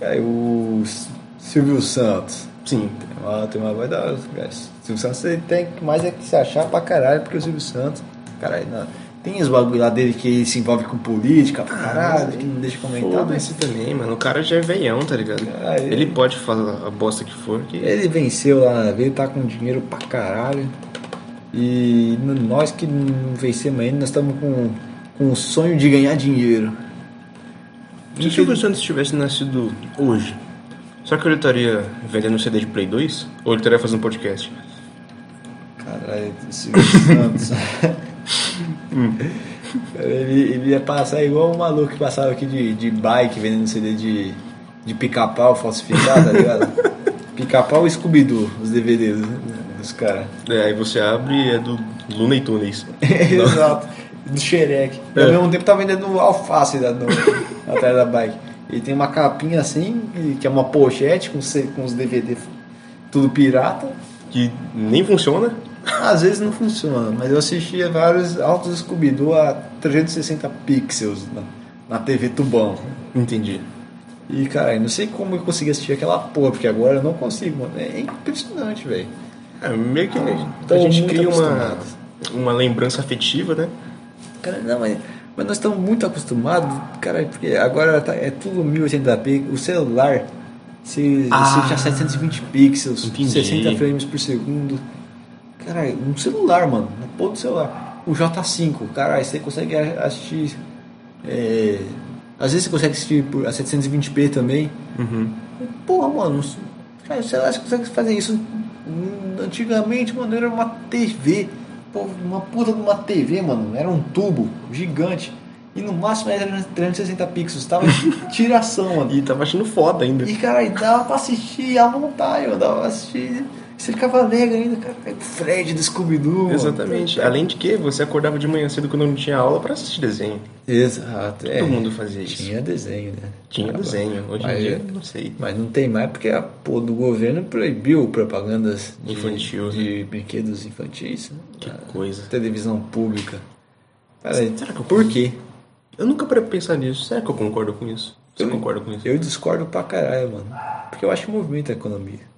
Aí o S- Silvio Santos.
Sim.
Tem uma, tem uma voz da hora, cara. Silvio Santos ele tem que mais é que se achar pra caralho, porque o Silvio Santos, caralho, não. Tem os bagulho lá dele que ele se envolve com política, pra caralho, que não deixa comentar, mas
Foda-se Então, também, mano. O cara já é veião, tá ligado?
Ah, ele-
Ele pode falar a bosta que for. Que...
Ele venceu lá na vida, tá com dinheiro pra caralho. E n- nós que não vencemos ainda, nós estamos com, com o sonho de ganhar dinheiro.
Se o Silvio Santos tivesse nascido hoje, será que ele estaria vendendo um CD de Play 2? Ou ele estaria fazendo podcast?
Caralho, o Silvio Santos. *laughs* Cara, ele, ele ia passar igual um maluco que passava aqui de, de bike vendendo CD de, de pica-pau falsificado, tá ligado? pica-pau e Scooby-Doo, os DVDs né, dos caras.
É, aí você abre e é do Luna e Tunes.
*laughs* Exato. Do xereque. E ao mesmo tempo tá vendendo alface da, *laughs* no, atrás da bike. E tem uma capinha assim, que- que é uma pochete com, C- com os DVD tudo pirata.
Que nem funciona.
Às vezes não funciona, mas eu assistia vários altos Scooby-Doo a 360 pixels na, na TV Tubão.
Entendi.
E cara, eu não sei como eu consegui assistir aquela porra, porque agora eu não consigo, mano. É impressionante, velho.
É, meio que
Ah, tô
a gente
muito
cria uma,
acostumado.
uma lembrança afetiva, né?
Cara, não, mas, mas nós estamos muito acostumados, cara, porque agora tá- é tudo 1080p, o celular se,
Ah.
se já 720 pixels,
Entendi.
60 frames por segundo. Caralho, um celular, mano, na ponta do celular. O J5, caralho, você consegue a- assistir. é, às vezes você consegue assistir por, a 720p também.
Uhum.
Porra, mano, isso- cara, o celular você consegue fazer isso. Hum, Antigamente, mano, era uma TV. Pô, uma puta de uma TV, mano. Era um tubo gigante. E no máximo era 360 pixels. Tava de
*laughs*
tiração, mano.
E tava achando foda ainda.
E, cara, dava pra assistir à vontade, mano. Dava pra assistir. Você ficava alegre ainda, cara. O Fred do Scooby-Doo. mano.
Exatamente. Além de que você acordava de manhã cedo quando não tinha aula pra assistir desenho.
Exato. é.
Todo mundo fazia isso.
Tinha desenho, né?
Tinha desenho. Hoje em
Mas-
dia, não sei.
Mas não tem mais porque a pô do governo proibiu propagandas de,
Infantil, né?
de brinquedos infantis. né?
Que
Na
coisa.
televisão pública. Peraí,
Será que eu-
por quê?
Eu nunca parei pra pensar nisso. Será que eu concordo com isso? Você
Eu-
concorda com isso?
Eu discordo pra caralho, mano. Porque eu acho que movimenta a economia.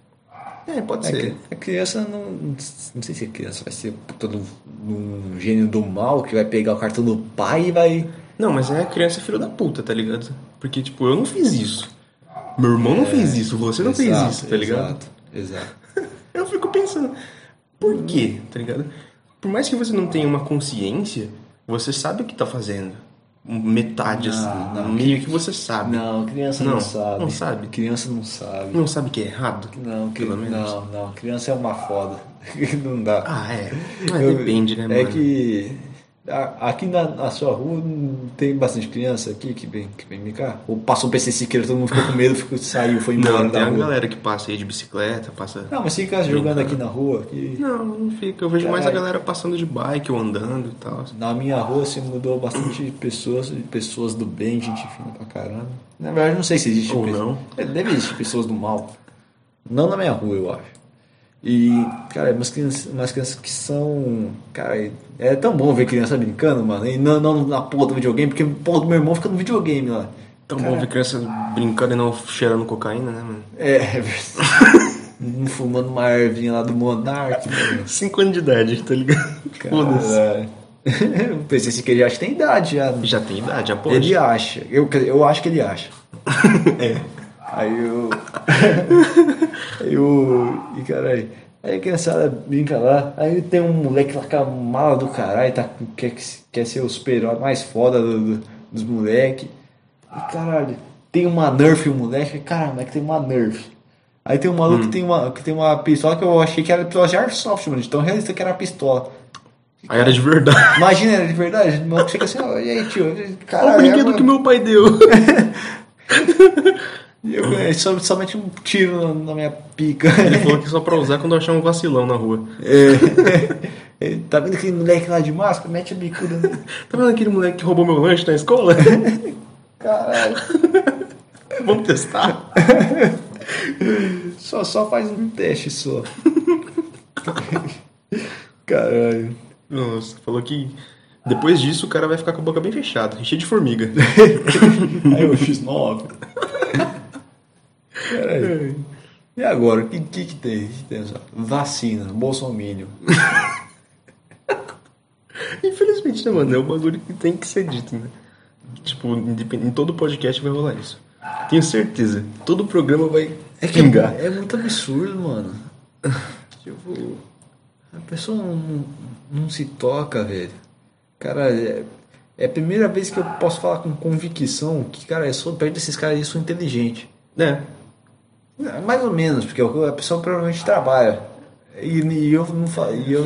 É, pode
É
ser.
que a criança não. Não sei se a criança vai ser todo um gênio do mal que vai pegar o cartão do pai e vai.
Não, mas é a criança é filho da puta, tá ligado? Porque, tipo, eu não fiz isso. Meu irmão não fez isso, você não
É, Exato,
fez isso, tá ligado?
Exato, exato. Uhum.
Eu fico pensando, por quê, tá ligado? por mais que você não tenha uma consciência, você sabe o que tá fazendo. Metade, assim,
não,
meio
que-
que você sabe.
Não, criança não,
Ah, Não,
sabe.
não sabe.
Criança não sabe.
Não sabe que é errado?
Não, cri-
Pelo menos.
não, não. Criança é uma foda. *laughs* não dá.
Ah, é. Ah,
Eu-
depende, né, mano?
É que a- aqui na, na sua rua hum, tem bastante criança aqui que vem, que vem brincar. Ou passou o PC Siqueira, todo mundo ficou com medo, ficou, saiu, foi
Não,
embora
tem
da
a
rua.
galera que passa aí de bicicleta, passa.
Não, mas fica jogando aqui na rua. que
Não, não fica. Eu vejo mais a
Caralho.
galera passando de bike ou andando e tal.
na minha rua se mudou bastante pessoas, pessoas do bem, gente fina pra caramba. Na verdade, não sei se existe.
Ou
pe-
não.
É, Deve existir pessoas do mal. Não na minha rua, eu acho. E, cara, é umas crianças, umas crianças que são. Cara, é tão bom ver criança brincando, mano. E não, não na porra do videogame, porque porra do meu irmão fica no videogame lá.
Tão Então, bom ver criança brincando e não cheirando cocaína, né, mano?
É, é verdade. *laughs* Um fumando uma ervinha lá do Monark, mano.
5 anos de idade, tá ligado? Foda-se.
*laughs* Caralho. O PC Siqueira já acho assim, que tem idade já. né?
Já tem idade, já pode.
Ele acha. Eu, quer dizer, eu acho que
*laughs*
ele acha. é. Aí eu. *laughs* aí eu. E caralho. Aí a criançada brinca lá. Aí tem um moleque lá com a mala do caralho. Tá, com- quer, que se- quer ser o super-herói mais foda do- do- dos moleques. E caralho. Tem uma Nerf o moleque. Caralho, o moleque tem uma Nerf. Aí tem um maluco
Hum.
que, tem uma, que tem uma pistola que eu achei que era pistola de Airsoft, mano. De tão realista que era a pistola.
Aí era de verdade.
Imagina, era de verdade. O maluco chega assim, ó, e aí, tio?
*laughs* Olha
Caralho,
o
é,
brinquedo
mano.
que meu pai deu.
E eu ganhei som- somente um tiro na, na minha pica. *laughs*
Ele falou que só pra usar quando achar um vacilão na rua.
É, tá vendo aquele moleque lá de máscara? Mete a bicuda. nele.
Tá vendo aquele moleque que roubou meu lanche na escola? *laughs*
Caralho.
Vamos testar.
Só, só faz um teste só. *laughs* Caralho.
Nossa, falou que depois disso o cara vai ficar com a boca bem fechada, cheia de formiga.
Aí o X9.
É. *laughs*
Caralho. E agora? O que, que, que tem? O que tem só? Vacina, Bolsonaro.
Infelizmente, né, mano? É um bagulho que tem que ser dito, né? Tipo, independ- em todo podcast vai rolar isso. Tenho certeza. Todo programa vai pingar.
É, muito absurdo, mano. *laughs* Tipo, a pessoa não, não se toca, velho. Cara, é, é a primeira vez que eu posso falar com convicção que, cara, eu sou perto desses caras e eu sou inteligente.
É.
É, Mais ou menos, porque a pessoa provavelmente trabalha. E, e eu não fa- e eu,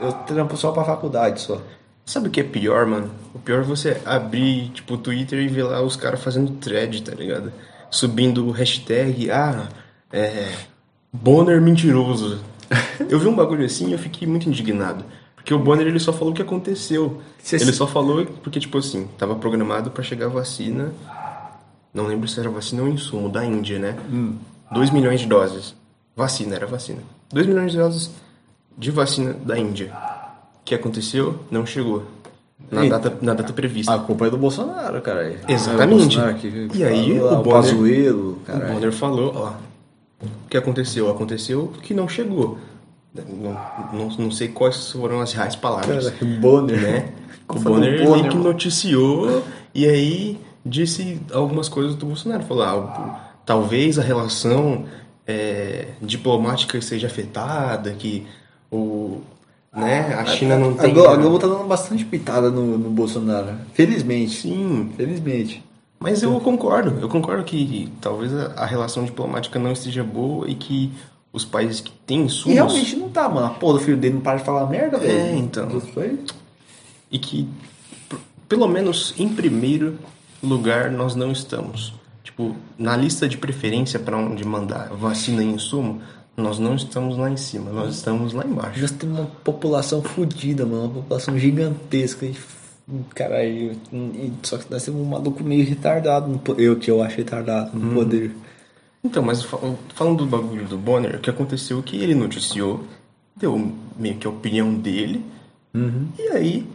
eu trampo só pra faculdade só.
Sabe o que é pior, mano? O pior é você abrir, tipo, o Twitter e ver lá os caras fazendo thread, tá ligado? Subindo hashtag, ah, é. Bonner
*laughs*
mentiroso. Eu vi um bagulho assim e eu fiquei muito indignado. Porque o Bonner ele só falou o que aconteceu.
Cê-
ele só falou porque, tipo assim, tava programado pra chegar a vacina. Não lembro se era vacina ou insumo, da Índia, né? 2 milhões de doses. Vacina, era vacina. 2 milhões de doses de vacina da Índia. O que aconteceu? Não chegou. Na
Eita.
data, na data prevista.
A culpa é do Bolsonaro, cara.
Exatamente.
É o Bolsonaro que-
E aí,
lá,
o
o
Bonner-
Pazuello,
O
caralho.
Bonner falou, ó, o que aconteceu? Aconteceu que não chegou. Não, não, não sei quais foram as reais palavras,
Cara, Bonner,
né? O
Qual foi o
Bonner
Bonner,
meio que
mano? É.
noticiou e aí disse algumas coisas do Bolsonaro. Falou, ah, o- talvez a relação é, diplomática seja afetada, que o, né, a China não
A
tem...
Globo, a Globo tá dando bastante pitada no, no Bolsonaro. Felizmente.
Sim,
Felizmente.
Mas eu concordo, eu concordo que talvez a, a relação diplomática não esteja boa e que os países que têm
E
insumos
realmente não tá, mano. A porra do filho dele não para de falar merda, velho.
É, então.
Não foi?
e que p- pelo menos em primeiro lugar nós não estamos. Tipo, na lista de preferência para onde mandar vacina e insumo, nós não estamos lá em cima, nós estamos lá embaixo.
Nós temos uma população fodida, mano. Uma população gigantesca. E, caralho, e- só que nós temos um maluco meio retardado. no po- Eu que eu acho retardado
Uhum.
no poder.
Então, mas fal- falando do bagulho do Bonner, o que aconteceu é que ele noticiou, deu meio que a opinião dele, e aí,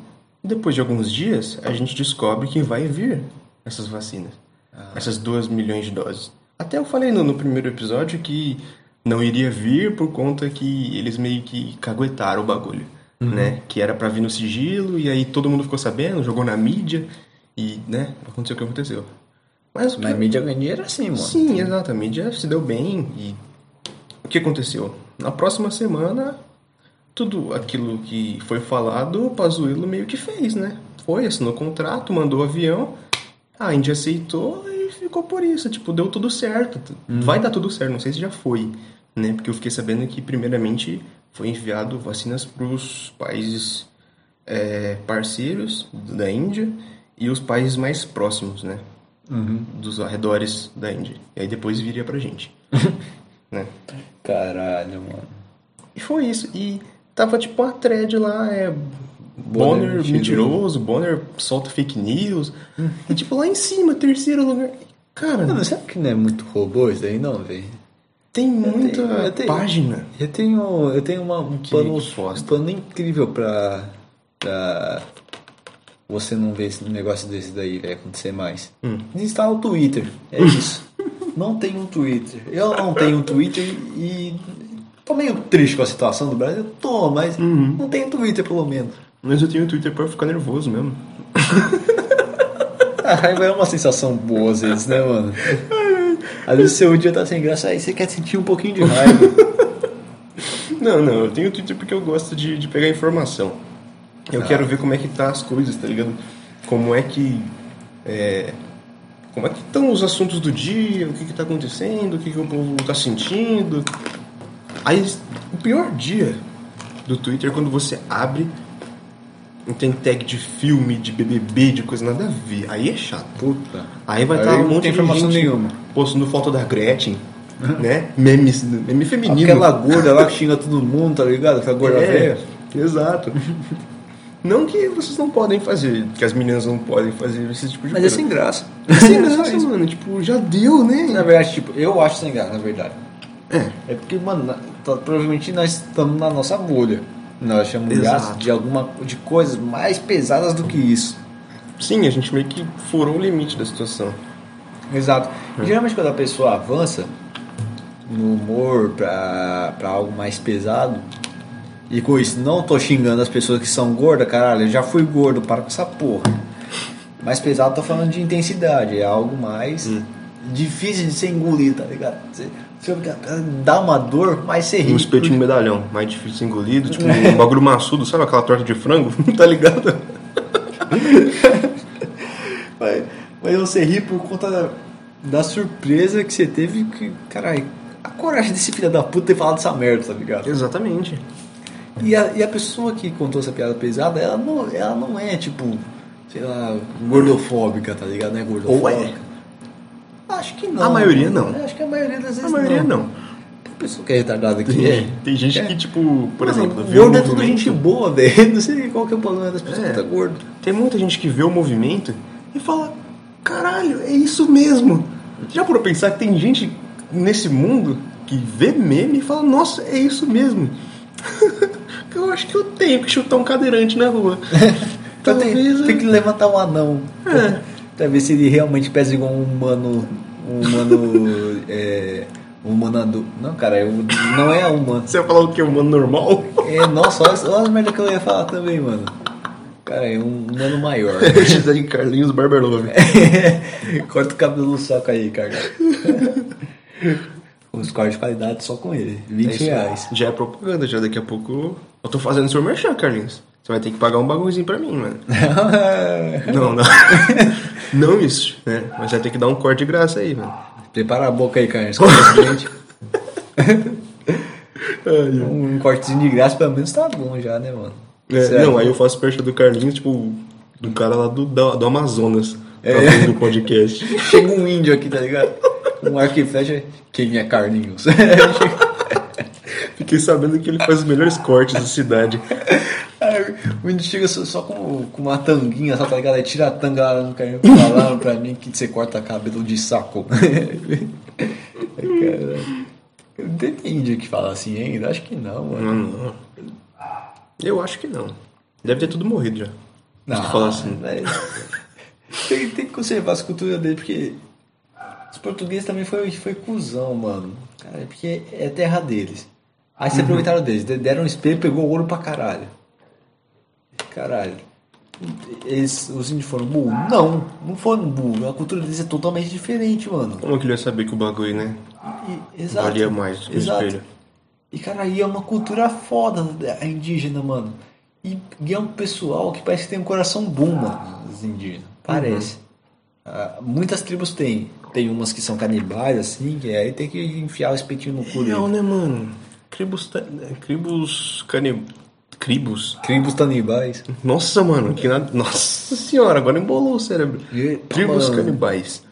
depois de alguns dias, a gente descobre que vai vir essas vacinas,
Ah,
essas duas milhões de doses. Até eu falei no, no primeiro episódio que não iria vir por conta que eles meio que caguetaram o bagulho, né? Que era pra vir no sigilo, e aí todo mundo ficou sabendo, jogou na mídia, e, né, aconteceu o que aconteceu. Mas, o que
Mas mídia ganha dinheiro assim, mano.
Sim, exatamente. Já se deu bem. E o que aconteceu? Na próxima semana, tudo aquilo que foi falado, o Pazuello meio que fez, né? Foi, assinou o contrato, mandou o avião, a Índia aceitou e ficou por isso. Tipo, deu tudo certo.
Hum.
Vai dar tudo certo, não sei se já foi, né? Porque eu fiquei sabendo que, primeiramente, foi enviado vacinas para os países é, parceiros da Índia e os países mais próximos, né?
Uhum.
Dos arredores da Índia. E aí depois viria pra gente. né?
Caralho, mano.
E foi isso. E tava tipo uma thread lá, é. Bonner,
Bonner
mentiroso, Bonner solta fake news. E tipo, lá em cima, terceiro lugar. Cara,
Mano, sabe que não é muito robô isso daí, não, velho?
tem muita
tenho- eu tenho-
página.
Eu tenho, eu tenho uma, um, pano,
que bosta.
um pano incrível pra, pra você não ver esse negócio desse daí vai acontecer mais.
Hum.
Desinstala o Twitter, é isso. não tem um Twitter. Eu não tenho um Twitter e tô meio triste com a situação do Brasil. Tô, mas
Uhum.
não tenho Twitter pelo menos.
Mas eu tenho Twitter pra ficar nervoso mesmo.
A raiva é uma sensação boa às vezes, né, mano? Às vezes seu dia tá sem graça, aí você quer sentir um pouquinho de raiva.
Não, não, eu tenho Twitter porque eu gosto de, de pegar informação. Eu quero ver como é que tá as coisas, tá ligado? Como é que. é, como é que estão os assuntos do dia, o que, que tá acontecendo, o que, que o povo tá sentindo. Aí o pior dia do Twitter é quando você abre e tem tag de filme, de BBB, de coisa nada a ver. Aí é chato.
Puta.
Aí vai
Aí
estar um
não
monte
tem
de
informação
gente
nenhuma.
postando foto da Gretchen, né? Memes, meme feminino.
Aquela gorda lá que xinga todo mundo, tá ligado? Aquela gorda
É,
velha. *laughs*
exato. Não que vocês não podem fazer, que as meninas não podem fazer esse tipo de
Mas é
coisa.
sem graça. *laughs*
Sem graça, mano. Tipo, já deu,
Na
né?
verdade, tipo, eu acho sem graça, na verdade. É. porque, mano, na- tá- provavelmente nós estamos na nossa bolha. Nós achamos
Exato.
graça de alguma de coisas mais pesadas do que isso.
Sim, a gente meio que furou o limite da situação.
Exato.
É.
Geralmente quando a pessoa avança no humor pra, pra algo mais pesado, e com isso não tô xingando as pessoas que são gordas, caralho, eu já fui gordo, para com essa porra. Mais pesado tô falando de intensidade, é algo mais
Hum.
difícil de ser engolido, tá ligado? Você, você fica- dá uma dor, mas você ri.
Um espetinho medalhão, mais difícil engolido,
*laughs*
tipo um bagulho maçudo, sabe aquela torta de frango? *laughs* tá ligado?
Mas, mas você ri por conta da, da surpresa que você teve, que, caralho, a coragem desse filho da puta ter falado essa merda, tá ligado?
Exatamente.
E a, e a pessoa que contou essa piada pesada, ela não, ela não é, tipo, sei lá, gordofóbica, tá ligado? Não é gordofóbica.
Ou é?
Acho que não.
A maioria não.
Eu Acho que a maioria das vezes
A maioria não.
Tem pessoa que é retardada aqui.
Tem, tem gente que, tipo, por exemplo, vê o
gordo é tudo
movimento-
gente boa, *laughs* velho. Não sei qual que é o problema das pessoas
É.
que tá gordo.
Tem muita gente que vê o movimento e fala: caralho, é isso mesmo. Já por pensar que tem gente nesse mundo que vê meme e fala: nossa, é isso mesmo. *laughs* eu acho que eu tenho que chutar um cadeirante na *laughs* rua.
Então tem,
Talvez. eu-
tem que levantar um anão.
É.
*laughs* Pra ver se ele realmente pesa igual um humano. Um humano. *laughs* é, um humano adulto. Não, cara, é um- não é humano.
Você vai falar o que? Humano normal?
É, nossa, olha, as- olha as merdas que eu ia falar também, mano. Cara, é um humano
*laughs*
maior.
*laughs* José de Carlinhos Barberlove.
Corta o cabelo do saco aí, cara. Os cortes de qualidade só com ele. 20 reais.
Já é propaganda, já daqui a pouco. Eu tô fazendo seu merchan, Carlinhos. Você vai ter que pagar um bagulhozinho pra mim, *laughs* mano. Não, *laughs* não. não isso, né? Mas vai ter que dar um corte de graça aí, mano.
*laughs* Prepara a boca aí, cara. Escolha esse cliente. Um cortezinho de graça pelo menos tá bom já, né, mano?
É,
Será
não,
que-
aí eu faço perto do Carlinhos, tipo, do cara lá do, da- do Amazonas,
É.
tá ouvindo o podcast.
Chega um índio aqui, tá ligado? Um arco e flecha. Quem é Carlinhos?
Fiquei sabendo que ele faz os melhores cortes da cidade.
Aí É, O índio chega só, só com, com uma tanguinha, só tá ligado? Aí tira a tanga lá no carinho. Falaram pra mim que você corta cabelo de saco. *laughs* Cara, tem índio que fala assim ainda? Acho que não, mano.
Não, não. Eu acho que não. Deve ter tudo morrido já.
Não,
Você fala assim.
velho. né? *laughs* tem, tem que conservar essa cultura dele, porque os portugueses também foi, foi cuzão, mano. Cara, porque é terra deles. Aí
Uhum.
se aproveitaram deles, de- deram um espelho e pegou ouro pra caralho. Caralho. Eles, os índios foram burro? Não, não foram burro. A cultura deles é totalmente diferente, mano.
Como que ele ia saber que o bagulho, né?
E- exato.
Valia mais que o
exato.
espelho.
E, cara, aí é uma cultura foda né, a indígena, mano. E, e é um pessoal que parece que tem um coração bom, mano, os indígenas.
Uhum.
Parece. Ah, muitas tribos têm. Tem umas que são canibais, assim, que aí tem que enfiar o espetinho no cu
Não,
dele.
né, mano? Cribos. ta- né, Cribos. Cani... Cribos?
Tribos canibais.
Nossa, mano, que nada. Nossa senhora, agora embolou o cérebro.
E-
Tribos
mano.
canibais.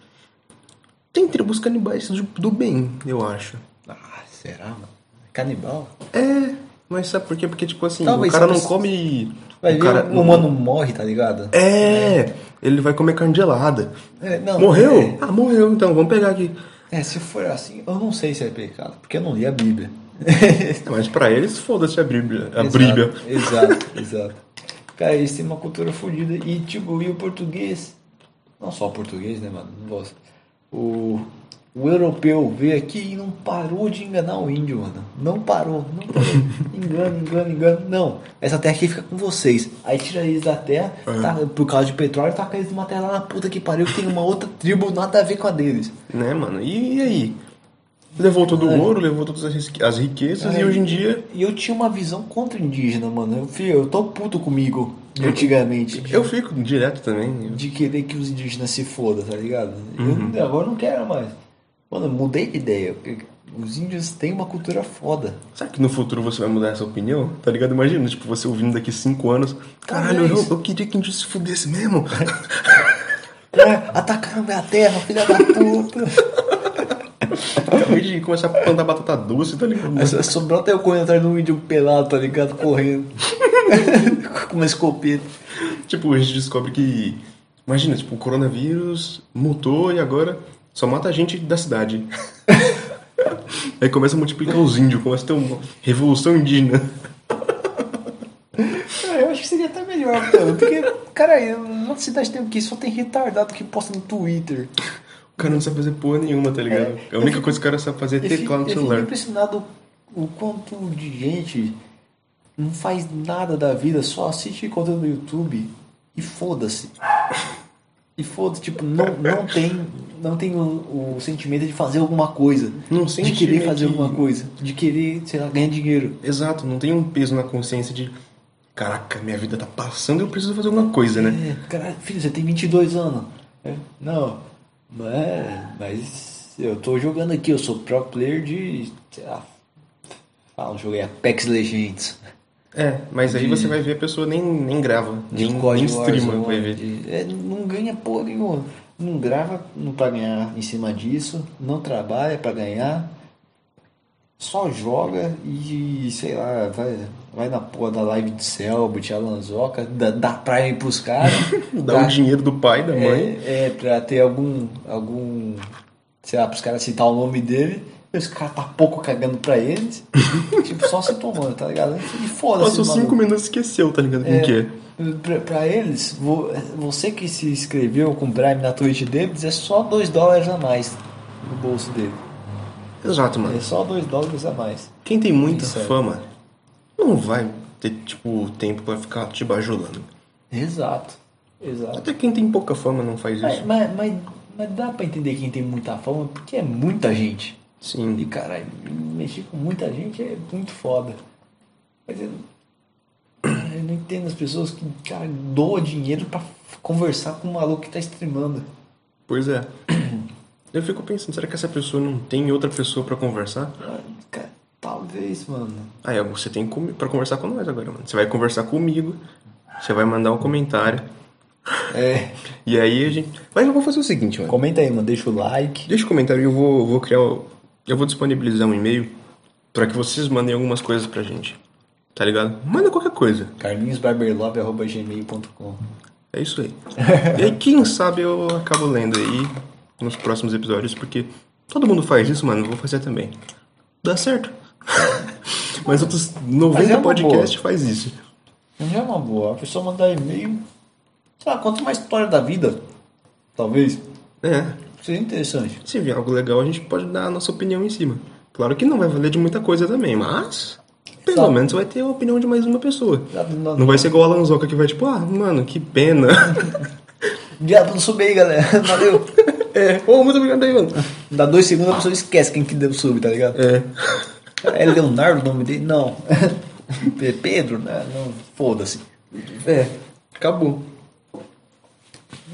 Tem tribos canibais de- do bem, eu acho.
Ah, será, mano? Canibal?
É, mas sabe por quê? Porque, tipo assim, o
Talvez
cara não
precise-
come.
Vai
o
ver,
cara
o humano morre, tá ligado?
É, ele vai comer carne gelada.
É, não,
morreu?
é.
Ah, morreu, então, vamos pegar aqui.
É, se for assim, eu não sei se é pecado, porque eu não li a Bíblia.
Mas pra eles, foda-se a Bíblia. A
Então. Exato,
Bíblia.
Exato, exato. Cara, eles têm uma cultura fodida. E, tipo, e o português? Não só o português, né, mano? Não gosto. O, o europeu veio aqui e não parou de enganar o índio, mano. Não parou, não
*laughs*
parou. engana, engana, engana. Não, essa terra aqui fica com vocês. Aí tira eles da terra,
É.
tá, por causa de petróleo, taca eles numa terra lá na puta que pariu, que tem uma outra tribo nada a ver com a deles.
Né, mano? E, e aí? Levou todo
É.
o ouro, levou todas as risque- as riquezas e hoje em dia.
E eu tinha uma visão contra o indígena, mano. Eu, filho, eu tô puto comigo, antigamente.
Eu fico direto também.
de querer que os indígenas se fodam, tá ligado? Eu agora não quero mais. Mano, eu mudei de ideia. porque Os índios têm uma cultura foda. *laughs*
Sabe que no futuro você vai mudar essa opinião? Tá ligado? Imagina, tipo, você ouvindo daqui cinco anos. Caralho, eu,
Talvez.
eu queria que a gente se fudesse mesmo. *laughs*
É, atacaram minha terra, filha da *laughs* puta.
Acabei de começar a plantar batata doce, tá ligado?
Aí só Sobrou até eu correndo atrás de um índio pelado, tá ligado? Correndo. *laughs* Com uma escopeta.
Tipo, a gente descobre que. Imagina, tipo, o coronavírus mutou e agora só mata a gente da
*laughs*
cidade. Aí começa a multiplicar os índios, começa a ter uma revolução indígena.
Cara, É, eu acho que seria até melhor, mano. Porque, cara, eu- na cidade tem o quê? Só tem retardado que posta no Twitter.
O cara não sabe fazer porra nenhuma, tá ligado? A única coisa que o cara sabe fazer é
Eu fico-
teclado no
eu fico
celular.
impressionado o quanto de gente não faz nada da vida, só assiste conteúdo no YouTube e foda-se. E foda-se, tipo, não, não tem, não tem o, o sentimento de fazer alguma coisa.
Não
de
sente
querer fazer
que-
alguma coisa. De querer, sei lá, ganhar dinheiro.
Exato, não tem um peso na consciência de. Caraca, minha vida tá passando e eu preciso fazer alguma coisa, né?
É, caralho, filho, você tem 22 anos. É, não, mas, mas eu tô jogando aqui, eu sou pro player de, sei lá, fala, joguei Apex Legends.
É, mas aí você vai ver a pessoa nem, nem grava,
de
nem, nem
código
streama,
Warzone,
vai ver.
de- é, não ganha porra nenhuma. Não grava não pra ganhar em cima disso, não trabalha pra ganhar, só joga e, sei lá, vai, vai na porra da live de Selbit, Alanzoca, dá, dá Prime pros caras.
*laughs* Dá um o dinheiro do pai, da mãe.
É, é, pra ter algum. algum. Sei lá, pros caras citar o nome dele. E os caras tá pouco cagando pra eles. *laughs* tipo, só se tomando, tá ligado? E foda-se.
Passou
maluco.
cinco minutos e esqueceu, tá ligado? Como que é?
Pra, pra eles, vo- você que se inscreveu com o Prime na Twitch deles é só 2 dólares a mais no bolso dele.
Exato, mano.
É só 2 dólares a mais.
Quem tem muita
Isso é.
fama não vai ter, tipo, tempo pra ficar te bajulando.
Exato, exato.
Até quem tem pouca fama não faz
Mas,
isso.
mas, mas, mas dá pra entender quem tem muita fama porque é muita gente. E
Sim.
caralho, mexer com muita gente é muito foda. Mas eu, *coughs* eu não entendo as pessoas que, cara, doam dinheiro pra conversar com um maluco que tá streamando.
Pois é. *clears throat* Eu fico pensando, será que essa pessoa não tem outra pessoa pra conversar?
Ah, Cara, talvez, mano.
Aí ó, você tem comi- pra conversar com nós agora, mano. Você vai conversar comigo, você vai mandar um comentário.
É.
E aí a gente. Mas eu vou fazer o seguinte, mano.
Comenta aí, mano. Deixa o like.
Deixa o comentário e eu vou, vou criar. o- Eu vou disponibilizar um e-mail pra que vocês mandem algumas coisas pra gente. Tá ligado? Manda qualquer coisa.
carlinhosbarberlove.gmail.com
É isso aí. e aí, quem sabe eu acabo lendo aí nos próximos episódios, porque todo mundo faz isso, mano. eu Vou fazer também. Dá certo. *laughs* Mas outros 90
é uma
podcasts faz isso.
Não é uma boa. A pessoa mandar e-mail. Sei lá, conta uma história da vida. Talvez.
É.
Seria interessante.
Se vier algo legal, a gente pode dar a nossa opinião em cima. Claro que não vai valer de muita coisa também, mas. Pelo
Só-
menos vai ter a opinião de mais uma pessoa.
Viado, não-
Não vai ser igual a Lanzoca que vai tipo, ah, mano, que pena. *laughs*
Viado, não sube aí, galera. *laughs* Valeu.
é, ô, muito obrigado aí, mano.
Dá dois segundos a pessoa esquece quem que deu sub, tá ligado?
É.
*laughs* É Leonardo o nome dele? Não. *laughs* Pe- Pedro? Né? Não, foda-se. É, acabou.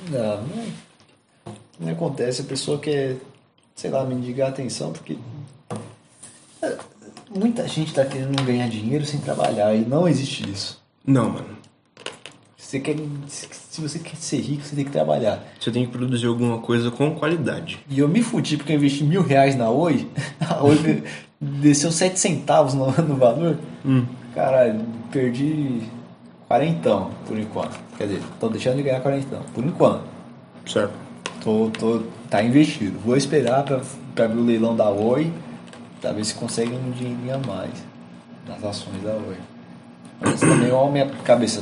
Não, não, não acontece. A pessoa quer, sei lá, mendigar atenção porque. é, Muita gente tá querendo ganhar dinheiro sem trabalhar e não existe isso.
Não, mano.
Você quer, se se você quer ser rico, você tem que trabalhar.
Você tem que produzir alguma coisa com qualidade.
E eu me fudi porque eu investi mil reais na Oi. *laughs* A Oi desceu sete centavos no, no valor.
Hum.
Caralho, perdi quarentão por enquanto. Quer dizer, tô deixando de ganhar quarentão por enquanto.
Certo?
Tô, tô, tá investido. Vou esperar pra, pra abrir o leilão da Oi, pra ver se consegue um dinheirinho a mais nas ações da Oi. Mas também, olha a minha cabeça.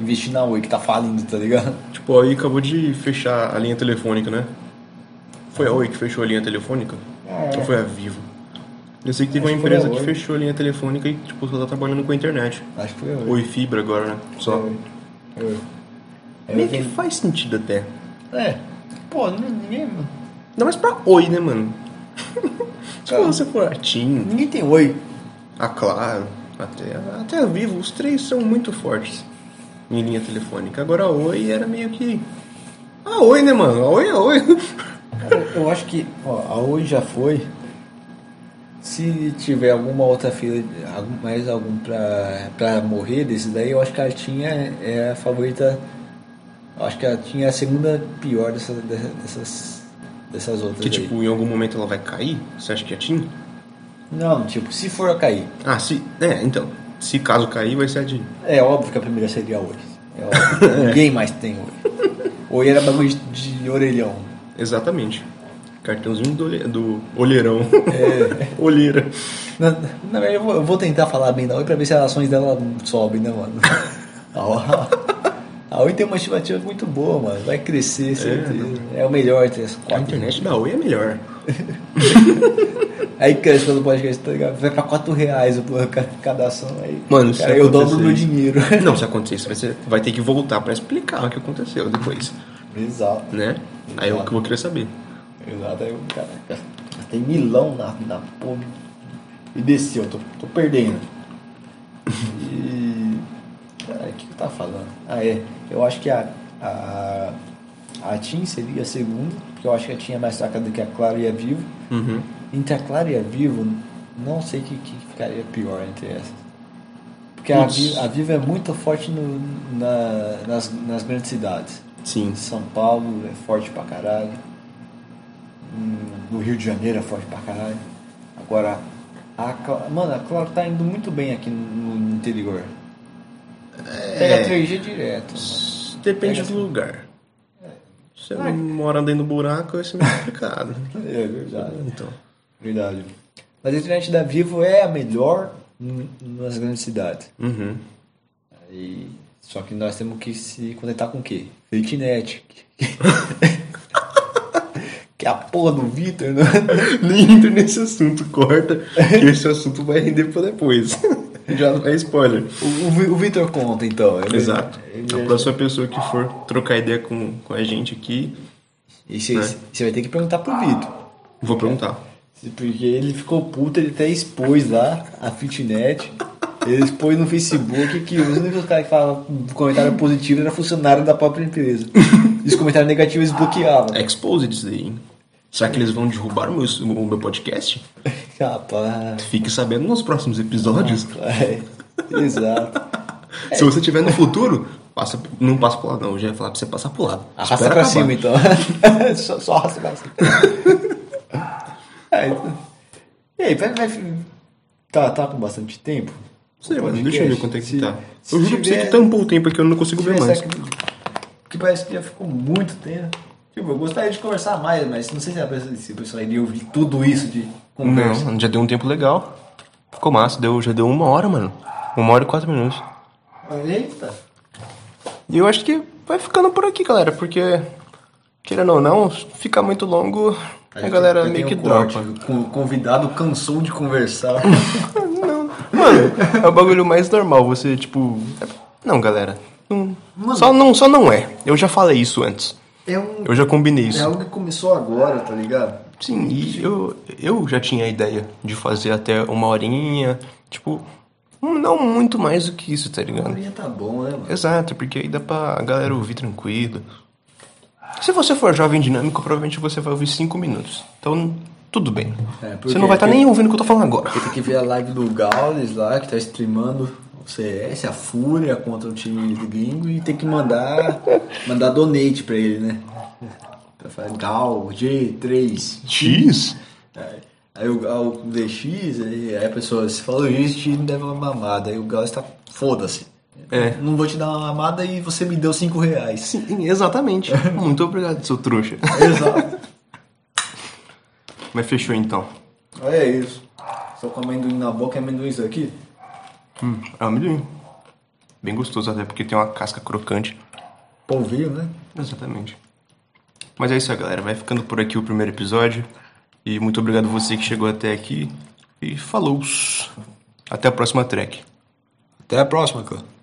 Investir na Oi que tá falindo, tá ligado?
Tipo, aí acabou de fechar a linha telefônica, né? Foi a Oi que fechou a linha telefônica?
É.
Ou foi a Vivo? Eu sei que teve uma
que foi a
empresa que
Oi.
fechou a linha telefônica e, tipo, só tá trabalhando com a internet.
Acho que foi a Oi.
Oi Fibra agora, né? Só.
Oi.
É.
Oi. Aí eu
Meio que
vendi-
faz sentido até.
É. Pô, n- ninguém,
Ainda mais pra Oi, né, mano? *laughs*
É.
Tipo, Se
Cara.
você for a Tim,
ninguém tem oi.
a Claro, até, até a Vivo, os três são muito fortes em linha telefônica. Agora a Oi era meio que. A Oi, né, mano? A Oi é a Oi. *laughs*
Eu acho que ó, a oi já foi. Se tiver alguma outra fila, algum- mais algum pra, pra morrer desse daí, eu acho que a Tinha é a favorita. eu Acho que a Tinha é a segunda pior dessa, dessa- dessas, dessas outras.
Que
aí.
tipo, em algum momento ela vai cair? Você acha que é a Tim?
Não, tipo, se for a cair.
Ah, se. É, então. Se caso cair, vai ser a Tim.
É óbvio que a primeira seria a oi.
*laughs*
É óbvio. Ninguém mais tem oi. Oi era bagulho de, de orelhão.
Exatamente. Cartãozinho do, olhe- do olheirão.
É.
*laughs* Olheira.
Na, na verdade, eu vou, eu vou tentar falar bem da Oi pra ver se as ações dela sobem,
*laughs*
né, mano? A Oi- A Oi tem uma estimativa muito boa, mano. Vai crescer, certeza. É, o melhor ter essa
A
quatro.
internet da Oi é melhor.
Aí cresce pelo podcast, tá ligado? Vai pra 4 reais o porra, ca- cada ação aí.
Mano, se
cara, eu dobro
acontecer
meu
isso- é *laughs*
dinheiro.
Não, se acontecer isso, vai, ser- vai ter que voltar pra explicar o que aconteceu depois,
Exato,
né? Aí é o que eu vou querer saber.
exato. Aí o cara tem milão na, na pô. E desceu, tô, tô perdendo. E. Cara, o que eu tava falando? Ah, é. Eu acho que a. A, a TIM seria a segunda, porque eu acho que a TIM é mais fraca do que a Claro e a Vivo.
Uhum.
Entre a Claro e a Vivo, não sei o que, que ficaria pior entre essas. Porque a
Putz.
Vivo, a Vivo é muito forte no, na, nas, nas grandes cidades.
Sim.
São Paulo é forte pra caralho. Hum, No Rio de Janeiro é forte pra caralho. Agora, a Cla- mano, a Claro tá indo muito bem aqui no, no interior. Pega 3G direto. mano.
Depende
Pega
do lugar. É. Se você mora dentro do buraco, vai ser meio *laughs* complicado.
É verdade.
então.
Verdade. Mas a internet da Vivo é a melhor n- nas grandes cidades.
Uhum.
Aí, só que nós temos que se contentar com o quê? Fake net. *laughs* que é a porra do Vitor, né?
Nem entra nesse assunto, corta.
*laughs*
Que esse assunto vai render pra depois. *laughs* Já não é spoiler.
O, o Vi- o Vitor conta, então. Ele-
Exato.
ele-
A próxima pessoa que for trocar ideia com, com a gente aqui,
E você
Né?
você vai ter que perguntar pro Vitor.
vou perguntar.
Se- Porque ele ficou puto, ele até expôs lá a fitnet. Ele expôs no Facebook que os únicos caras que falavam comentário positivo era funcionário da própria empresa. E os comentários negativos eles bloqueavam.
É exposed isso daí, hein? Será que eles vão derrubar o meu, o meu podcast?
Rapaz.
Fique sabendo nos próximos episódios.
É, exato. É.
Se você tiver no futuro, passa, não passa pro lado, não. Eu já ia falar pra você passar pro lado.
Arrasta
Espera
pra
acabar.
cima, então. *laughs* só, só arrasta pra cima. é, então. E aí, vai, vai- Tá, tá com bastante tempo?
Sei,
O
mano,
podcast,
deixa eu ver quanto é que
se-
tá.
se
Eu juro pra você
tiver-
que tampou o tempo aqui, eu não consigo ver
Tiver
mais.
saco- Que parece que já ficou muito tempo. Tipo, eu gostaria de conversar mais, mas não sei se a pessoa, se a pessoa iria ouvir tudo isso de conversa.
Não, mano, já deu um tempo legal. Ficou massa, deu, já deu uma hora, mano. Uma hora e quatro minutos.
Eita!
E eu acho que vai ficando por aqui, galera, porque, querendo ou não, se ficar muito longo, a, galera
um
meio que dropa.
O convidado cansou
*laughs*
de conversar.
Não. Mano, é o bagulho mais normal, você, tipo. é- Não, galera. Não, só, não, só não é. Eu já falei isso antes.
é um.
Eu já combinei
É
isso.
algo que começou agora, tá ligado?
Sim, e eu, eu já tinha a ideia de fazer até uma horinha, tipo, não muito mais do que isso, tá ligado?
Maria tá bom, né, mano?
Exato, porque aí dá pra galera ouvir tranquilo. Se você for jovem dinâmico, provavelmente você vai ouvir 5 minutos. Então, tudo bem.
É, porque-
você não vai estar nem ouvindo o que eu tô falando agora.
Tem que ver a live do Gaules lá, que tá streamando o CS, a Fúria contra o time do gringo, e tem que mandar, mandar donate pra ele, né? Pra falar, Gal, G3.
X?
Aí, É. aí o Gal DX, aí, aí a pessoa, se falou isso, te deve uma mamada. Aí o Gaules tá, foda-se.
É.
Não vou te dar uma mamada e você me deu 5 reais.
Sim,
*laughs*
exatamente. Muito obrigado, seu trouxa.
Exato.
Mas fechou então.
*laughs* É isso. Só com amendoim na boca e amendoins aqui.
Hum, é um amendoim. Bem gostoso, até porque tem uma casca crocante.
Polvilho, né?
Exatamente. Mas é isso aí, galera. Vai ficando por aqui o primeiro episódio. E muito obrigado você que chegou até aqui. E falou! Até a próxima track.
Até a próxima, cara.